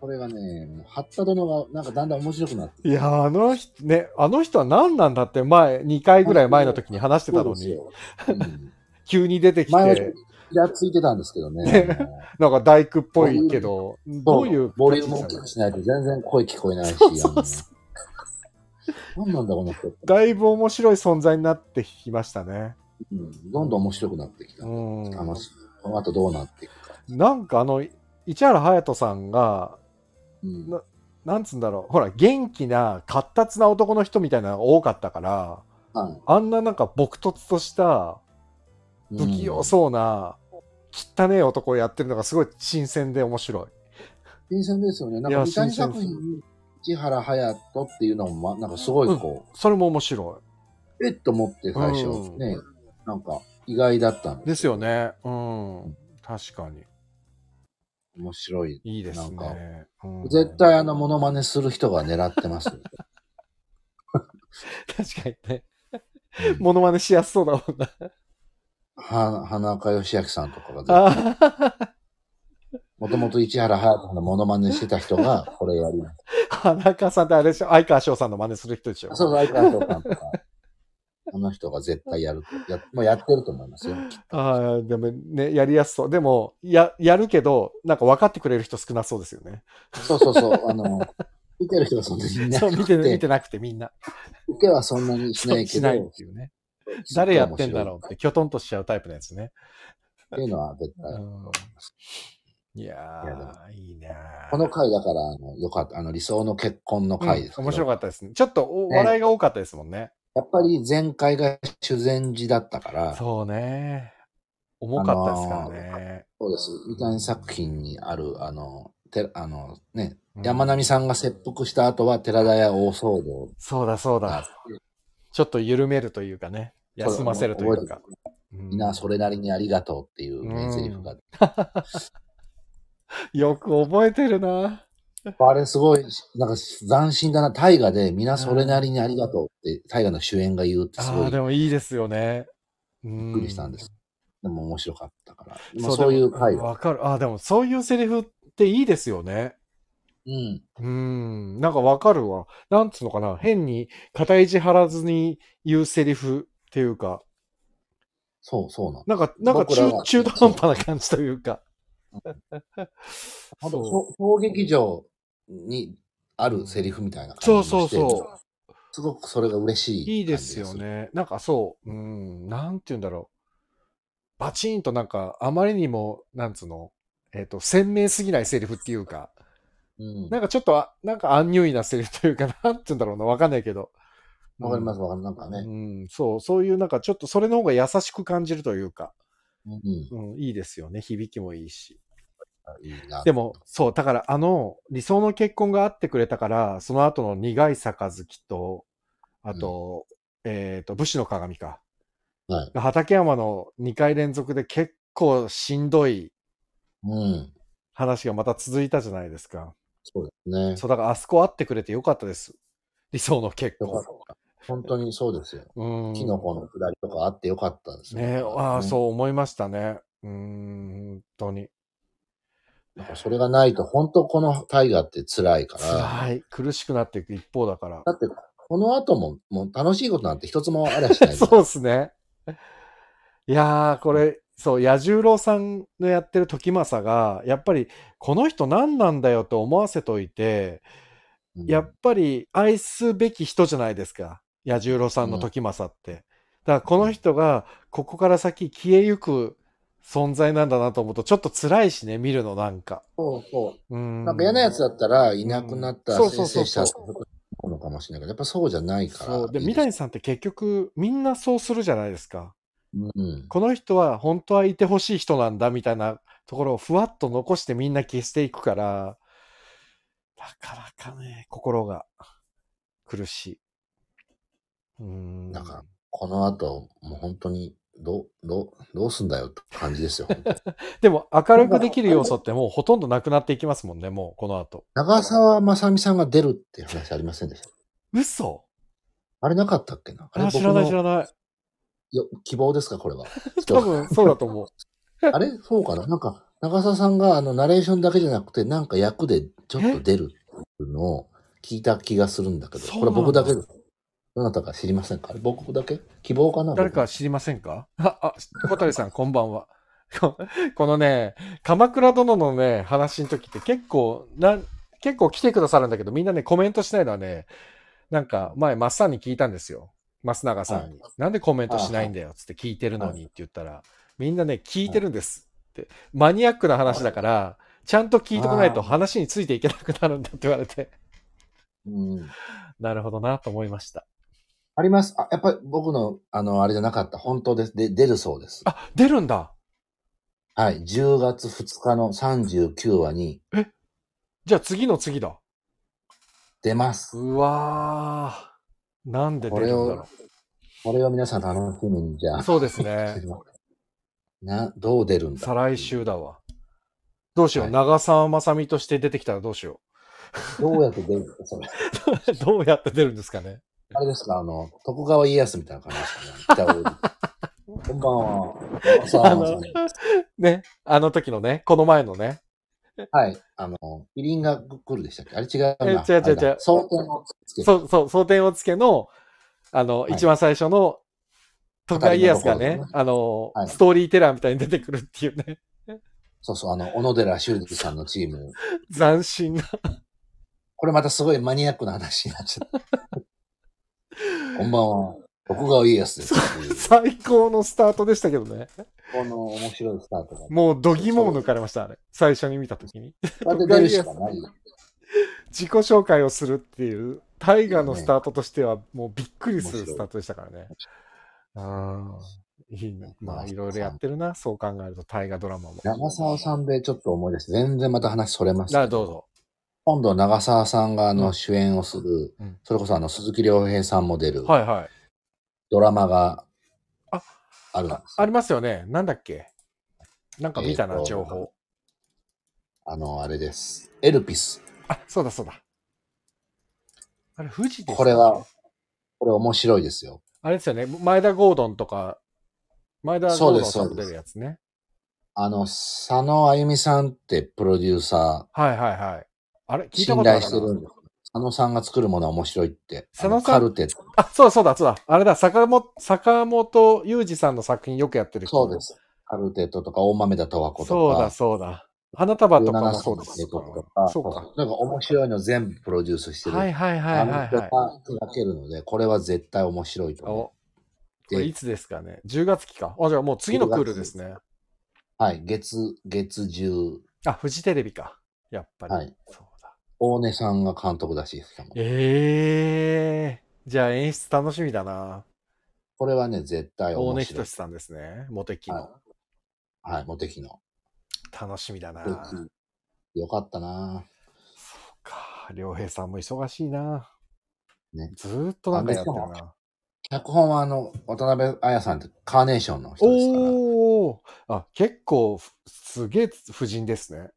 Speaker 2: これがね、八田殿がなんかだんだん面白くなってきて
Speaker 1: いやー、あの人、ね、あの人は何なんだって前、2回ぐらい前の時に話してたの
Speaker 2: そうです
Speaker 1: に、
Speaker 2: ようん
Speaker 1: 急に出てき
Speaker 2: 前はちょ
Speaker 1: て
Speaker 2: っと、イラついてたんですけどね。
Speaker 1: ねなんか大工っぽいけど、
Speaker 2: も
Speaker 1: どういう
Speaker 2: ボリューム大
Speaker 1: 感じ
Speaker 2: き
Speaker 1: なの
Speaker 2: くしないと全然声聞こえないし。
Speaker 1: そうそうそ
Speaker 2: あの何 なんだこの人、
Speaker 1: だいぶ面白い存在になってきましたね。
Speaker 2: うんどんどん面白くなってきた。
Speaker 1: うん。
Speaker 2: 楽しい。この後どうなっていくか。
Speaker 1: なんかあの、市原隼人さんが、
Speaker 2: うん
Speaker 1: ななんつうんだろう、ほら、元気な、活発な男の人みたいなのが多かったから、
Speaker 2: は
Speaker 1: あんななんか朴突とした、
Speaker 2: い
Speaker 1: 不器用
Speaker 2: うん
Speaker 1: そうな、汚ねえ男をやってるのがすごい新鮮で面白い。
Speaker 2: 新鮮ですよね。なん
Speaker 1: い
Speaker 2: か
Speaker 1: や
Speaker 2: 三谷
Speaker 1: 新鮮
Speaker 2: 作品に市原隼人っていうのも、まなんかすごいこ
Speaker 1: それも面白
Speaker 2: う、えっと思って最初
Speaker 1: うん
Speaker 2: ね、なんか意外だったん
Speaker 1: い。ですよね。うん。確かに。
Speaker 2: 面白い。
Speaker 1: いいです
Speaker 2: なんか
Speaker 1: ね。うん
Speaker 2: 絶対あの、モノマネする人が狙ってますよ。
Speaker 1: 確かにね。
Speaker 2: うん
Speaker 1: モノマネしやすそうだもんな。
Speaker 2: は花岡義明さんとかが、
Speaker 1: あー
Speaker 2: もともと市原隼人のモノマネしてた人 が、これやります。
Speaker 1: 花川さんってあれでしょ相川翔さんの真似する人でしょ
Speaker 2: そう、相川翔さんとか。あの人が絶対やると。やもうやってると思いますよ。
Speaker 1: ああ、でもね、やりやすそう。でも、や、やるけど、なんか分かってくれる人少なそうですよね。
Speaker 2: そうそうそう。あの、見てる人はそんなにいな
Speaker 1: そう、見て、
Speaker 2: く
Speaker 1: 見
Speaker 2: て
Speaker 1: て、なくてみんな。
Speaker 2: 受けはそんなにし
Speaker 1: そ
Speaker 2: な
Speaker 1: う
Speaker 2: いけ
Speaker 1: しないっ
Speaker 2: ど、
Speaker 1: ていうね。誰やってんだろうって、きょとんとしちゃうタイプのやつね。
Speaker 2: うっていうのは絶
Speaker 1: う
Speaker 2: 対。
Speaker 1: んいや
Speaker 2: いやでも
Speaker 1: ー、いいね。
Speaker 2: この回だから、あの、よかった。あの、理想の結婚の回ですけ
Speaker 1: う
Speaker 2: ど、
Speaker 1: ん面白かったですね。ちょっとお笑いが多かったですもんね。
Speaker 2: やっぱり前回が修善寺だったから、そ
Speaker 1: そうね。重かったですからね。
Speaker 2: うです。みたいな作品にある、あの、てあのね、
Speaker 1: うん
Speaker 2: 山並さんが切腹した後は寺田屋大騒動
Speaker 1: そうだそう
Speaker 2: があっ
Speaker 1: だ
Speaker 2: て。、
Speaker 1: ちょっと緩めるというかね。休ませるというか。うん
Speaker 2: みんなそれなりにありがとうっていう
Speaker 1: う
Speaker 2: ね、
Speaker 1: ん
Speaker 2: セリフが。
Speaker 1: よく覚えてるな。
Speaker 2: あれすごい、なんか斬新だな。大河でみんなそれなりにありがとうって、大河の主演が言うってす
Speaker 1: あ
Speaker 2: ご
Speaker 1: あ、で
Speaker 2: いびっ
Speaker 1: もいいですよね。うん
Speaker 2: くりしたんです。でも面白かったから。まあ
Speaker 1: そう
Speaker 2: そうい
Speaker 1: で
Speaker 2: う
Speaker 1: も
Speaker 2: 回が。
Speaker 1: わかる。ああ、でもそういうセリフっていいですよね。
Speaker 2: うん。
Speaker 1: うん、なんかわかるわ。なんつうのかな。変に肩意地張らずに言うセリフっていうか、
Speaker 2: そうそうなん
Speaker 1: なんか、なんか
Speaker 2: 僕ら
Speaker 1: 中
Speaker 2: は
Speaker 1: 中途半端な感じというか。
Speaker 2: 本当
Speaker 1: そう
Speaker 2: 小小劇場にあるセリフみたいな
Speaker 1: そ
Speaker 2: 感
Speaker 1: う
Speaker 2: じ
Speaker 1: そう
Speaker 2: がして
Speaker 1: そ
Speaker 2: すごくそれが嬉し
Speaker 1: う。
Speaker 2: い。
Speaker 1: いいですよ。ね。なんかそう、うん、なんて言うんだろう。バチンとなんか、あまりにも、なんつうの、えっ、と、鮮明すぎないセリフっていうか、
Speaker 2: うん。
Speaker 1: なんかちょっとあ、なんかアンニュイなセリフというか、なんて言うんだろうな、わかんないけど。、
Speaker 2: わかりますすわかります。なんか
Speaker 1: う
Speaker 2: ね。
Speaker 1: ん、そう、そういうなんかちょっとそれの方が優しく感じるというか。
Speaker 2: うん。
Speaker 1: うん、いいですよね。響きもいいし。
Speaker 2: いいな。
Speaker 1: でも、そう、だからあの、理想の結婚があってくれたから、その後の苦い杯と、あと、えっ、と、武士の鏡か。
Speaker 2: はい。
Speaker 1: 畠山の2回連続で結構しんどい
Speaker 2: うん。
Speaker 1: 話がまた続いたじゃないですか。
Speaker 2: そうですね。
Speaker 1: そう、だからあそこ会ってくれてよかったです。理想の結
Speaker 2: よかっ
Speaker 1: 婚。
Speaker 2: た。本当にそうですよ。
Speaker 1: うん。
Speaker 2: キノコのくだりとかあってよかったですよ
Speaker 1: ねああ、
Speaker 2: ん
Speaker 1: そう思いましたね。うーん、本当に。
Speaker 2: なんかそれがないと、本当この大河って辛いから。
Speaker 1: 辛い。苦しくなっていく一方だから。
Speaker 2: だって、この後も、もう楽しいことなんて一つもありゃしない。
Speaker 1: そうですね。いやー、これ、そう、彌十郎さんのやってる時政が、やっぱり、この人何なんだよと思わせといて、
Speaker 2: うん
Speaker 1: やっぱり愛すべき人じゃないですか。彌十郎さんの時政って。だから、この人が、ここから先消えゆく存在なんだなと思うと、ちょっと辛いしね、見るのなんか。
Speaker 2: そうそうう。
Speaker 1: ん。
Speaker 2: なんか嫌なやつだったら、いなくなった、
Speaker 1: うん
Speaker 2: 先生した
Speaker 1: そうそうそう
Speaker 2: のかもしれないけど、やっぱそうじゃないから。
Speaker 1: そう。で、
Speaker 2: いい
Speaker 1: 三
Speaker 2: す
Speaker 1: 谷さんって結局、みんなそうするじゃないですか。
Speaker 2: うん。
Speaker 1: この人は本当はいてほしい人なんだみたいなところをふわっと残してみんな消していくから、なかなかね、心が苦しい。うーん。
Speaker 2: なんかこの後、もう本当に、どう、どう、どうすんだよって感じですよ。
Speaker 1: でも明るくできる要素ってもうほとんどなくなっていきますもんね、もうこの後。
Speaker 2: 長澤まさみさんが出るっていう話ありませんでした。
Speaker 1: 嘘
Speaker 2: あれなかったっけなあれ
Speaker 1: あ、知らない知ら
Speaker 2: い。
Speaker 1: ない。
Speaker 2: よ希望ですかこれは。
Speaker 1: 多分そうだと思う。
Speaker 2: あれそうかななんか、長澤さんがあのナレーションだけじゃなくて、なんか役でちょっと出るっていうのを聞いた気がするんだけど、
Speaker 1: そうな
Speaker 2: これ
Speaker 1: んだ
Speaker 2: 僕だけですどなたか知りませんかあれ僕だけ希望かな
Speaker 1: 誰か知りませんか あ、あ、小谷さん、こんばんは。 ここのね、鎌倉殿のね、話の時って結構、なん、結構来てくださるんだけど、みんなね、コメントしないのはね、なんか前、マスさんに聞いたんですよ。増永さんに。
Speaker 2: は
Speaker 1: なんでコメントしないんだよ、つって聞いてるのにって言ったら、みんなね、聞いてるんですって。マニアックな話だから、ちゃんと聞いてこないと
Speaker 2: あ
Speaker 1: 話についていけなくなるんだって言われて、
Speaker 2: 僕うん。
Speaker 1: なるほどなと思いました。
Speaker 2: あります。あ、やっぱり僕の、あの、あれじゃなかった。本当です。で、出るそうです。
Speaker 1: あ、出るんだ
Speaker 2: はい。10月2日の39話に
Speaker 1: じゃあ次の次だ。
Speaker 2: 出ます。
Speaker 1: うわー。なんで出るんだ
Speaker 2: これ
Speaker 1: ろ
Speaker 2: をこれを皆さん楽しみに、じゃ
Speaker 1: う。
Speaker 2: あ。
Speaker 1: そうです ね。
Speaker 2: な、どう出るんだ
Speaker 1: 再来。週だわ。どうしよう。
Speaker 2: はい
Speaker 1: 長澤まさみとして出てきたらどうしよ
Speaker 2: どうやって出るんですかそれ。
Speaker 1: う。 どうやって出るんですかね。
Speaker 2: あれですか、あの、徳川家康みたいな感じですかね。 北欧こんばんは。長
Speaker 1: あ
Speaker 2: 澤まさ
Speaker 1: の
Speaker 2: み、
Speaker 1: ね、あの時のね、この前のね。
Speaker 2: はい。あの、キリンが来るでしたっけあれ違うな。
Speaker 1: え違う違う
Speaker 2: あれだ
Speaker 1: 違う
Speaker 2: 蒼天をつけて。
Speaker 1: そうそう、蒼天をつけの、あの、
Speaker 2: はい
Speaker 1: 一番最初の、徳川家康がね、
Speaker 2: 語りのところですね
Speaker 1: あの、
Speaker 2: はい
Speaker 1: ストーリーテラーみたいに出てくるっていうね、
Speaker 2: そうそう、あの、小野寺修二さんのチーム。
Speaker 1: 斬新な。
Speaker 2: これまたすごいマニアックな話になっちゃった。こんばんは。徳川家康ですっていう。
Speaker 1: 最高のスタートでしたけどね。
Speaker 2: この面白いスタートが。
Speaker 1: もう度肝を抜かれました、あれ。最初に見たときに。
Speaker 2: まで出るしかない。
Speaker 1: 自己紹介をするっていう、大河のスタートとしては、もうびっくりするスタートでしたからね。ああ、いいね。まあ、いろいろやってるな、そう考えると、大河ドラマも。
Speaker 2: 長澤さんでちょっと思い出して、全然また話それますけ
Speaker 1: あ
Speaker 2: ど。
Speaker 1: どうぞ。
Speaker 2: 今度長澤さんがあ
Speaker 1: う
Speaker 2: の
Speaker 1: ん
Speaker 2: 主演をする、
Speaker 1: うん
Speaker 2: それこそあの鈴木亮平さんも出る
Speaker 1: はいはい。
Speaker 2: ドラマが
Speaker 1: あ
Speaker 2: あるんです
Speaker 1: あありますよね。なんだっけなんか見た
Speaker 2: えー
Speaker 1: な、
Speaker 2: と
Speaker 1: 情報。
Speaker 2: あの、あれです。エルピス。
Speaker 1: あ、そうだそうだ。あれ、富士です
Speaker 2: これは。これ面白いですよ。
Speaker 1: あれですよね。前田ゴードンとか、前田ゴードンさんも出るやつね。
Speaker 2: あの、佐野あゆみさんってプロデューサ
Speaker 1: はいはいはい。あれ
Speaker 2: ー、
Speaker 1: 聞いたこ
Speaker 2: 信
Speaker 1: とある
Speaker 2: 頼
Speaker 1: な
Speaker 2: してるんです。佐野さんが作るものは面白いって。
Speaker 1: 佐野さん
Speaker 2: あのカルテット。
Speaker 1: あ、そうだそうだそうだ。あれだ、坂本、坂本雄二さんの作品よくやってる人
Speaker 2: そうで。す。カルテットとか、大豆田十和子とか。
Speaker 1: そうだそうだ。花束とかも
Speaker 2: 17
Speaker 1: そう
Speaker 2: 歳の
Speaker 1: です。
Speaker 2: 帝国とか、
Speaker 1: そうか。
Speaker 2: なんか面白いの全部プロデュースしてる。
Speaker 1: はいはいはいはい、はい。
Speaker 2: あの人が手がけるので、これは絶対面白いと
Speaker 1: お
Speaker 2: 思
Speaker 1: これいつですかね ?10 月期か。あ、じゃあもう次のクールですね。
Speaker 2: う。はい、月、月10、
Speaker 1: あ、フジテレビか。やっぱり。
Speaker 2: はい
Speaker 1: そうだ。
Speaker 2: 大根さんが監督だし、しかも
Speaker 1: ええー。じゃあ演出楽しみだな。
Speaker 2: これはね、絶対
Speaker 1: 大
Speaker 2: 面
Speaker 1: 根仁
Speaker 2: 白い。
Speaker 1: さんですね。モテキの。
Speaker 2: はい、はい、モテキの。
Speaker 1: 楽しみだな。
Speaker 2: よかったな
Speaker 1: そうか。良平さんも忙しいな。
Speaker 2: ね
Speaker 1: ずーっとなんかやってる
Speaker 2: あで
Speaker 1: な。
Speaker 2: 脚本はあの、渡辺彩さんってカーネーションの人ですから、
Speaker 1: おおーあ、結構ふ、すげえ夫人ですね。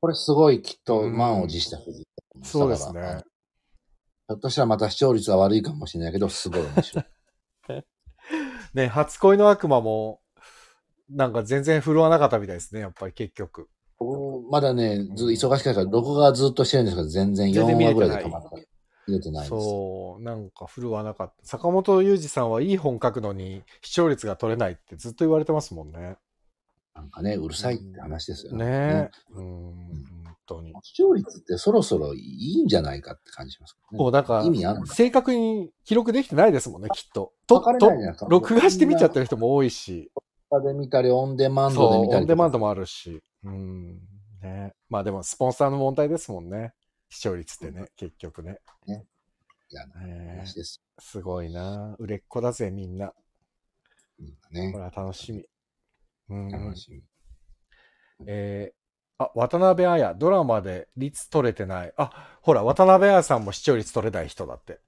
Speaker 2: これすごいきっと
Speaker 1: うん
Speaker 2: 満を持した藤井さ
Speaker 1: そ
Speaker 2: ん
Speaker 1: う
Speaker 2: だ
Speaker 1: で
Speaker 2: から
Speaker 1: すね。
Speaker 2: ひょっとしたらまた視聴率は悪いかもしれないけど、すごい 面白い。
Speaker 1: ね、初恋の悪魔も、なんか全然振るわなかったみたいですね、やっぱり結局。
Speaker 2: 僕まだね、ず忙しかったから、録画ずっとしてるんですけど、全然4
Speaker 1: 全然見れて
Speaker 2: 話ぐ
Speaker 1: な
Speaker 2: ら
Speaker 1: い
Speaker 2: いで止まった。見れてないです。
Speaker 1: そう、なんか振るわなかった。坂本雄二さんはいい本書くのに視聴率が取れないってずっと言われてますもんね。
Speaker 2: なんかね、うるさいって話ですよね。
Speaker 1: ねえ。
Speaker 2: ね
Speaker 1: うん、本当に。
Speaker 2: 視聴率ってそろそろいいんじゃないかって感じしますけどね、
Speaker 1: もうなんか
Speaker 2: 意味あるの、
Speaker 1: 正確に記録できてないですもんね、きっと。と、
Speaker 2: 測れ
Speaker 1: と
Speaker 2: ない、じゃないですか
Speaker 1: 録画して見ちゃってる人も多いし。
Speaker 2: 録画で見たり、オンデマンドで
Speaker 1: そう、
Speaker 2: 見た
Speaker 1: オ
Speaker 2: り
Speaker 1: ン
Speaker 2: と
Speaker 1: デ
Speaker 2: か。
Speaker 1: マンドもあるし。うん。ね。まあでも、スポンサーの問題ですもんね。視聴率ってね、結局ね。
Speaker 2: いや
Speaker 1: ね
Speaker 2: 話です
Speaker 1: すごいな。売れっ子だぜ、みんな。
Speaker 2: よ
Speaker 1: こ
Speaker 2: ね。
Speaker 1: れは楽しみ。うん。
Speaker 2: 楽しみ。
Speaker 1: えーあ、渡辺彩、ドラマで率取れてない。あ、ほら、渡辺彩さんも視聴率取れない人だって。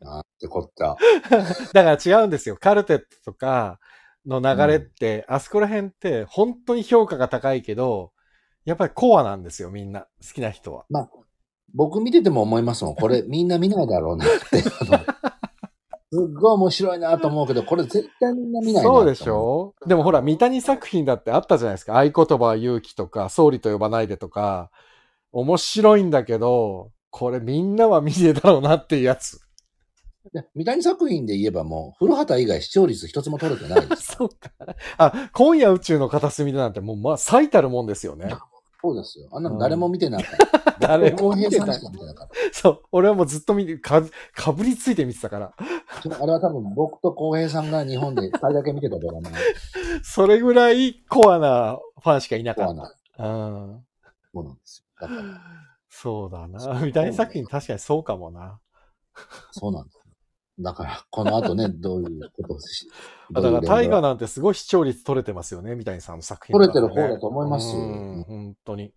Speaker 2: なんてこった。
Speaker 1: だから違うんですよ。カルテットとかの流れって、あそこら辺って本当に評価が高いけど、やっぱりコアなんですよ、みんな。好きな人は。
Speaker 2: 僕見てても思いますも ん。これみんな見ないだろうなって。あのすっごい面白いなと思うけど、これ絶対みんな見ないなと思
Speaker 1: そうでしょでもほら、三谷作品だってあったじゃないですか。合言葉、勇気とか、総理と呼ばないでとか、面白いんだけど、これみんなは見ねえだろうなっていうや つ。
Speaker 2: で三谷作品で言えばもう、古畑以外視聴率一つも取れてない です。
Speaker 1: そうか。あ、今夜宇宙の片隅でなんてもう、まあ、最たるもんですよね。
Speaker 2: そうですよ。あんなの誰も見てなか った。
Speaker 1: 誰も見て
Speaker 2: 浩平
Speaker 1: な
Speaker 2: さん
Speaker 1: い
Speaker 2: し。か見てなかっ
Speaker 1: そう。俺はもうずっと見て、か、かぶりついて見てたから。
Speaker 2: た。あれは多分僕と浩平さんが日本で最だけ見てたドラマの
Speaker 1: それぐらいコアなファンしかいな
Speaker 2: コ
Speaker 1: か
Speaker 2: ア
Speaker 1: っ
Speaker 2: な
Speaker 1: た。うん。
Speaker 2: ものなんですよ。だから、
Speaker 1: そうだな。三谷作品確かにそうかもな。
Speaker 2: そうなんですよ。だから、この後 ね、どういうことをし、
Speaker 1: あだから、
Speaker 2: どう
Speaker 1: タ
Speaker 2: い
Speaker 1: イ
Speaker 2: う連動
Speaker 1: ガーなんてすごい視聴率取れてますよね、三谷さんの作品、
Speaker 2: 取れてる方だと思います
Speaker 1: う
Speaker 2: よ
Speaker 1: ん、本当に。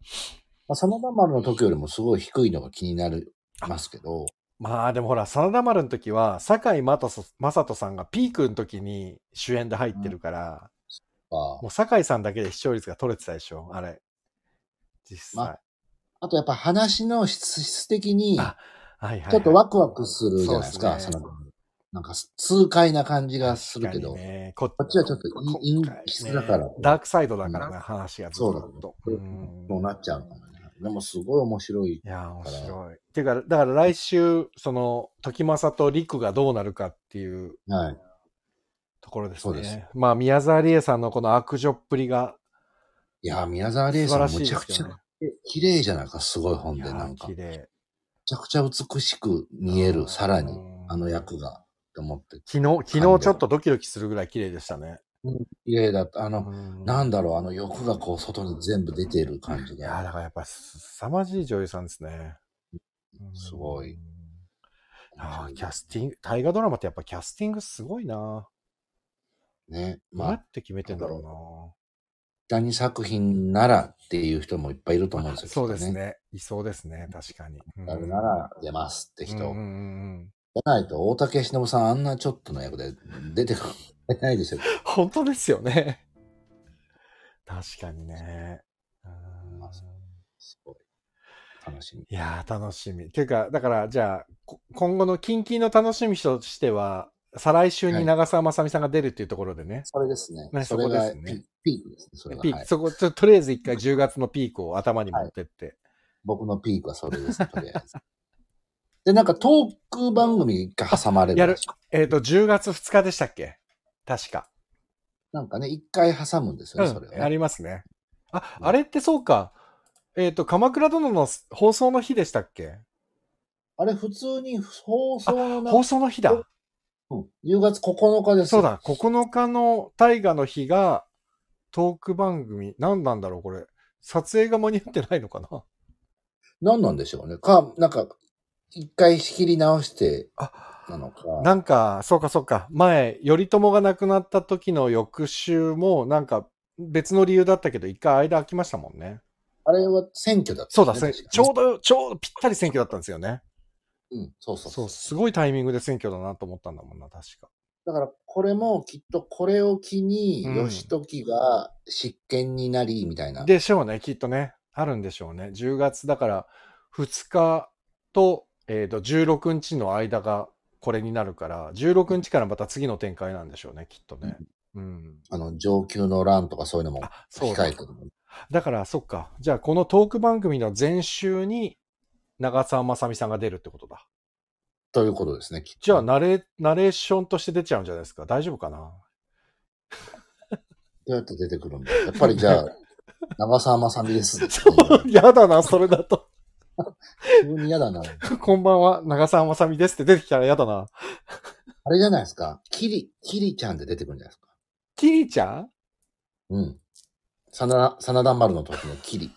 Speaker 2: まあ、真田丸の時よりもすごい低いのが気になりますけど、
Speaker 1: まあ、でもほら、真田丸の時は、堺井雅人雅人さんがピークの時に主演で入ってるから、
Speaker 2: あ
Speaker 1: もう堺井さんだけで視聴率が取れてたでしょ、あれ。実際。
Speaker 2: まあとやっぱ話の質質的に、
Speaker 1: あはいはい、はい。
Speaker 2: ちょっとワクワクするじゃないです
Speaker 1: そう
Speaker 2: か、
Speaker 1: です
Speaker 2: そ
Speaker 1: ね
Speaker 2: の、なんか痛快な感じがするけど、
Speaker 1: 確かにね、こ
Speaker 2: こっちはちょっと陰
Speaker 1: 今回ね
Speaker 2: 陰湿だから
Speaker 1: ダークサイドだからな、話がずっ
Speaker 2: そうだ
Speaker 1: と。
Speaker 2: ね
Speaker 1: ん
Speaker 2: そうなっちゃうからね。でもすごい面白い
Speaker 1: い。やー、面白い。ていうか、だから来週、その、時政と陸がどうなるかっていう
Speaker 2: はい。
Speaker 1: ところです
Speaker 2: そうです
Speaker 1: ね。まあ、宮沢りえさんのこの悪女っぷりが
Speaker 2: いやー、宮沢りえ
Speaker 1: 素
Speaker 2: さ
Speaker 1: 晴ら
Speaker 2: ん
Speaker 1: しい
Speaker 2: む
Speaker 1: です
Speaker 2: ちゃ
Speaker 1: よ
Speaker 2: くちゃ
Speaker 1: ね。
Speaker 2: 綺麗じゃないか、すごい本
Speaker 1: い
Speaker 2: で。
Speaker 1: や
Speaker 2: なん
Speaker 1: ー
Speaker 2: か、
Speaker 1: 綺
Speaker 2: め
Speaker 1: 麗。
Speaker 2: ちゃくちゃ美しく見える、さらに
Speaker 1: う、ん
Speaker 2: あの役が。と思って。
Speaker 1: 昨日、昨日ちょっとドキドキするぐらい綺麗でしたね。
Speaker 2: 綺麗だった。あの、
Speaker 1: うん
Speaker 2: なんだろう、あの欲がこう外に全部出てる感じ
Speaker 1: い
Speaker 2: が
Speaker 1: や、。だからやっぱすさまじい女優さんですね。
Speaker 2: すごい
Speaker 1: うん。ああ、キャスティング、大河ドラマってやっぱキャスティングすごいな。
Speaker 2: ね。
Speaker 1: どうや
Speaker 2: まあ、
Speaker 1: って決めてんだろ
Speaker 2: 何作品ならっていう人もいっぱいいると
Speaker 1: う
Speaker 2: 思
Speaker 1: な。
Speaker 2: うんですよ。
Speaker 1: そうで
Speaker 2: きっ
Speaker 1: す
Speaker 2: とね。
Speaker 1: ね。いそうですね。確かに。うん
Speaker 2: 誰なら出ますって人。
Speaker 1: うんう
Speaker 2: じ
Speaker 1: んうん
Speaker 2: ゃないと、大竹しのぶさんあんなちょっとの役で出てこないですよ。
Speaker 1: 本当ですよね。確かにね。うん
Speaker 2: まあそすごい。楽しみ。
Speaker 1: いやー、楽しみ。っていうか、だから、じゃあ、こ今後の近々の楽しみとしては、再来週に長澤まさみさんが出るっていうところでね。
Speaker 2: それですね。
Speaker 1: ね
Speaker 2: それが
Speaker 1: そこですね
Speaker 2: ピピークですね。それが
Speaker 1: ピーク、
Speaker 2: はい、
Speaker 1: そこ、ちょとりあえず一回10月のピークを頭に持ってって。
Speaker 2: 僕のピークはそれです、とりあえず。で、なんかトーク番組が挟まれるらしい。
Speaker 1: えっ、と、10月2日でしたっけ確か。
Speaker 2: なんかね、一回挟むんですよ
Speaker 1: う
Speaker 2: ね、それをね、
Speaker 1: ん、ありますね。あ、
Speaker 2: うん
Speaker 1: あれってそうか。えっ、と、鎌倉殿の放送の日でしたっけ
Speaker 2: あれ、普通に放送の
Speaker 1: 放
Speaker 2: 中、
Speaker 1: 送の日だ。
Speaker 2: うん10月9日です
Speaker 1: そ
Speaker 2: よ。
Speaker 1: うだ、9日の大河の日がトーク番組。何なんだろう、これ。撮影が間に合ってないのかな
Speaker 2: 何なんでしょうね。か、なんか、一回仕切り直して
Speaker 1: あ
Speaker 2: なのか。
Speaker 1: なんか、そうかそうか。前、頼朝が亡くなった時の翌週も、なんか、別の理由だったけど、一回間空きましたもんね。
Speaker 2: あれは選挙だった
Speaker 1: そう
Speaker 2: ん
Speaker 1: だ、
Speaker 2: です
Speaker 1: せ
Speaker 2: ね、
Speaker 1: んちょ
Speaker 2: 確
Speaker 1: うど、ちょうどぴったり選挙だったんですよね。
Speaker 2: かにうん、そう
Speaker 1: そ
Speaker 2: そうそう
Speaker 1: う、。すごいタイミングで選挙だなと思ったんだもんな、確か。
Speaker 2: だから、これもきっとこれを機に、
Speaker 1: うん
Speaker 2: 義時が執権になり、みたいな。
Speaker 1: でしょうね、きっとね。あるんでしょうね。10月だから、2日と、えっ、と、16日の間がこれになるから、16日からまた次の展開なんでしょうね、きっとね。うん。
Speaker 2: あの、上級の乱とかそういうのも
Speaker 1: あ、そうだ
Speaker 2: 控えてるもん
Speaker 1: だから、そっか。じゃあ、このトーク番組の前週に、長澤まさみさんが出るってことだ。
Speaker 2: ということですね、きっと
Speaker 1: じゃあ、ナレ、ナレーションとして出ちゃうんじゃないですか。大丈夫かな
Speaker 2: どうやって出てくるんだやっぱり じゃあ、長澤まさみです。
Speaker 1: そう、 やだな、それだと。
Speaker 2: 急に嫌だな。
Speaker 1: こんばんは、長澤まさみですって出てきたらやだな。
Speaker 2: あれじゃないですか。キリ、キリちゃんで出てくるんじゃないですか。
Speaker 1: キリちゃん
Speaker 2: うん。さな、さなだん丸の時のキリ。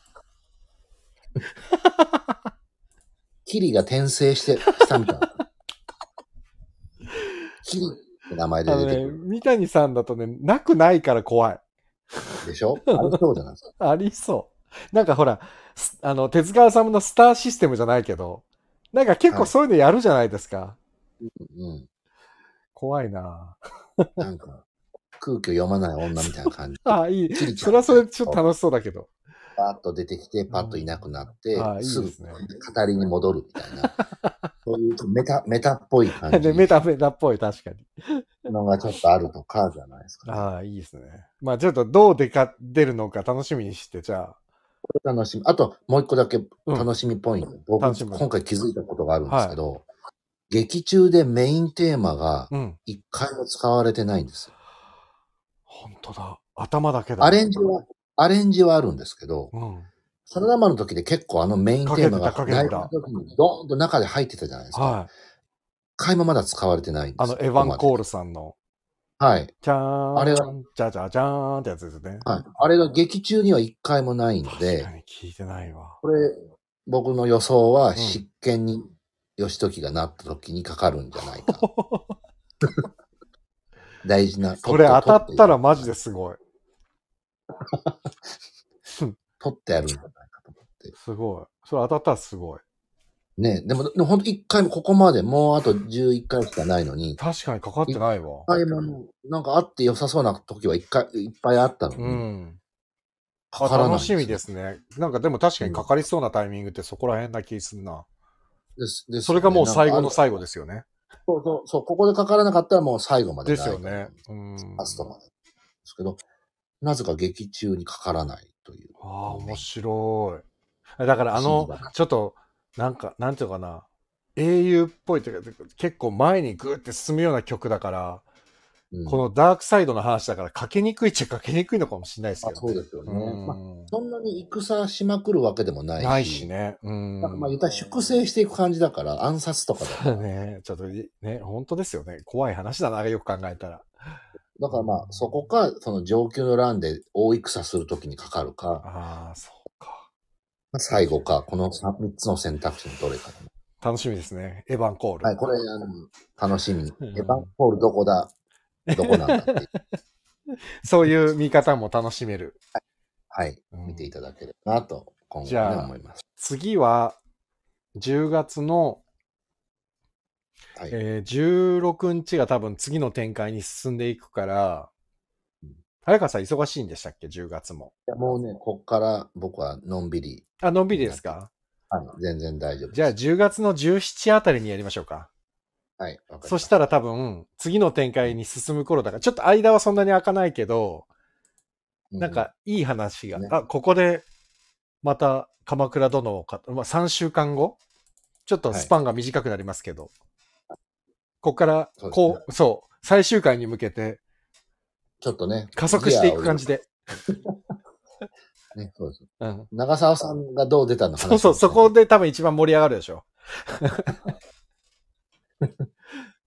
Speaker 2: キリが転生して、したみたいな。キリって名前
Speaker 1: あ
Speaker 2: で
Speaker 1: の
Speaker 2: 出て
Speaker 1: ね、
Speaker 2: くる
Speaker 1: 三谷さんだとね、なくないから怖い。
Speaker 2: でしょあれそうじゃないですか。
Speaker 1: ありそう。なんかほら、すあの、手塚治虫のスターシステムじゃないけど、なんか結構そういうのやるじゃないですか。
Speaker 2: うん。
Speaker 1: 怖いなぁ
Speaker 2: なんか、空気を読まない女みたいな感じ。
Speaker 1: あ、い
Speaker 2: キリ
Speaker 1: い。
Speaker 2: ちゃん
Speaker 1: それはそれでちょっと楽しそうだけど。
Speaker 2: パッと出てきて、パッといなくなって、
Speaker 1: あいいですす
Speaker 2: ぐ
Speaker 1: ね。
Speaker 2: 語りに戻るみたいな。そういうメタ、メタっぽい 感じ
Speaker 1: で、メタメタっぽい、確かに。
Speaker 2: のがちょっとあるとかじゃないですか、ね。
Speaker 1: ああ、いいですね。まあ、ちょっとどうでか、出るのか楽しみにして、じゃあ。
Speaker 2: これ楽しみ。あと、もう一個だけ
Speaker 1: ん
Speaker 2: 楽しみポイント。僕
Speaker 1: 楽しみ
Speaker 2: 今回気づいたことがあるんですけど、劇中でメインテーマが
Speaker 1: うん。
Speaker 2: 一回も使われてないんです。
Speaker 1: 本当だ。頭だけだ。
Speaker 2: アレンジは、アレンジはあるんですけど、
Speaker 1: うん。
Speaker 2: サラダマンの時で結構あのメインテーマが
Speaker 1: かけてたかけてた
Speaker 2: ライブの時にドーンと中で入ってたじゃないですか。一
Speaker 1: はい。
Speaker 2: 回もまだ使われてないんです
Speaker 1: あの、エヴァン・コー
Speaker 2: ル。
Speaker 1: ルさんの、
Speaker 2: はい。
Speaker 1: じゃーん。
Speaker 2: あれが
Speaker 1: じゃじゃじゃーんってやつですね。
Speaker 2: はい。あれが劇中には一回もないの
Speaker 1: 確
Speaker 2: で
Speaker 1: か、に聞いてないわ。
Speaker 2: これ、僕の予想
Speaker 1: ん
Speaker 2: は、執権に、義時がなった時にかかるんじゃないか。 大事な。。
Speaker 1: これ当たったらマジですすごい。
Speaker 2: 取ってやるんじゃないかと思って。
Speaker 1: すごい。それ当たったらすごい。
Speaker 2: ねでも、でも本当一回もここまで、もうあと11回しかないのに、一
Speaker 1: 確かにかかってないわ。
Speaker 2: 回も、なんかあって良さそうな時は一回、いっぱいあったのに、
Speaker 1: うん。
Speaker 2: かからないん。
Speaker 1: 楽しみですすね。なんかでも確かにかかりそうなタイミングってそこら辺な気すんな。
Speaker 2: ですです
Speaker 1: それがもう最後の最
Speaker 2: 後。
Speaker 1: 後ですよね。
Speaker 2: そうそう、そう、ここでかからなかったらもう最後まで
Speaker 1: で
Speaker 2: な
Speaker 1: す
Speaker 2: い
Speaker 1: よね。うん。
Speaker 2: ラストまで。ですけど、なぜか劇中にかからないという。
Speaker 1: ああ、面白い。だからあの
Speaker 2: 不思議だな、
Speaker 1: ちょっと、なんか、なんていうのかな、英雄っぽいというか、結構前にグーって進むような曲だから、
Speaker 2: うん
Speaker 1: このダークサイドの話だから、かけにくいっちゃかけにくいのかもしれないです
Speaker 2: まあ
Speaker 1: けど、
Speaker 2: そうですよね。
Speaker 1: うん
Speaker 2: まあ、そんなに戦しまくるわけでもないし。
Speaker 1: ないしね。うん。
Speaker 2: なんかまあ言ったら粛清していく感じだから、暗殺とかだ
Speaker 1: そうだ ね。ちょっとい、ね、本当ですよね。怖い話だな、よく考えたら。
Speaker 2: だからまあ、そこか、その上級の乱で大戦するときにかかるか、
Speaker 1: ああ、そうか。
Speaker 2: 最後か、この 3, つの選択肢のどれか。
Speaker 1: 楽しみですね。エヴァン・コール。
Speaker 2: はい、これ、あの、楽しみ。
Speaker 1: うん
Speaker 2: エヴァンポールどこだどこなんだっていう。
Speaker 1: そういう見方も楽しめる。
Speaker 2: はい、
Speaker 1: うん
Speaker 2: 見ていただければなと、今後
Speaker 1: じ
Speaker 2: は
Speaker 1: ゃ
Speaker 2: ね
Speaker 1: あ
Speaker 2: 思います。
Speaker 1: 次は、10月の、
Speaker 2: はい。
Speaker 1: えー16日が多分次の展開に進んでいくから、早川さん忙しいんでしたっけ ?10 月も。
Speaker 2: いやもうね、こっから僕はのんびり、
Speaker 1: あ、のんびりですか
Speaker 2: はい全然大丈夫です。
Speaker 1: じゃあ10月の17あたりにやりましょうか。
Speaker 2: はい、わかり
Speaker 1: そ
Speaker 2: ま
Speaker 1: し
Speaker 2: した
Speaker 1: ら多分、次の展開に進む頃だから、ちょっと間はそんなに開かないけど、
Speaker 2: た。
Speaker 1: なんかいい話が、
Speaker 2: ね
Speaker 1: あ、ここで、また鎌倉殿をか、まあ、3週間後ちょっとスパンが短くなりますけど、ここから、
Speaker 2: そうですね
Speaker 1: こう、そう、最終回に向けて
Speaker 2: ちょっとね、
Speaker 1: 加速していく感じ
Speaker 2: で。
Speaker 1: で。
Speaker 2: ね、そうです。
Speaker 1: うん。
Speaker 2: 長澤さんがどう出たの話
Speaker 1: そうそう、そこで多分一番盛り上がるでしょ。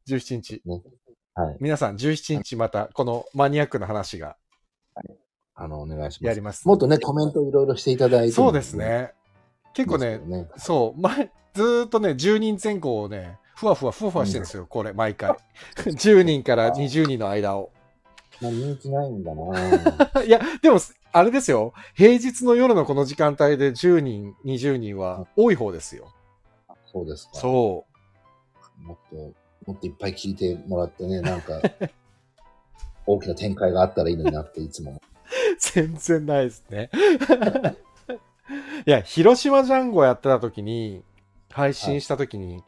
Speaker 1: 17日。
Speaker 2: はい。
Speaker 1: 皆さん、17日また、このマニアックな話が
Speaker 2: あの、お願いしま
Speaker 1: や
Speaker 2: す
Speaker 1: り。ます。
Speaker 2: もっとね、コメントいろいろしていただいて、
Speaker 1: そうです。ね。結構
Speaker 2: いい
Speaker 1: ね
Speaker 2: で、すよね
Speaker 1: そう、前、ずーっとね、10人前後をね、ふわふわふわふわしてるんですよ、これ、毎回。10人から20人の間を。
Speaker 2: まあ、人気ないん だな
Speaker 1: いや、でも、あれですよ、平日の夜のこの時間帯で10人、20人は多い方ですよ。
Speaker 2: そうですか。
Speaker 1: そ
Speaker 2: もっと、もっといっぱい聞いてもらってね、な んか、大きな展開があったらいいのになって、いつも。
Speaker 1: う、 全然ないですね。 いや、広島ジャンゴやってた時に、配信した時に、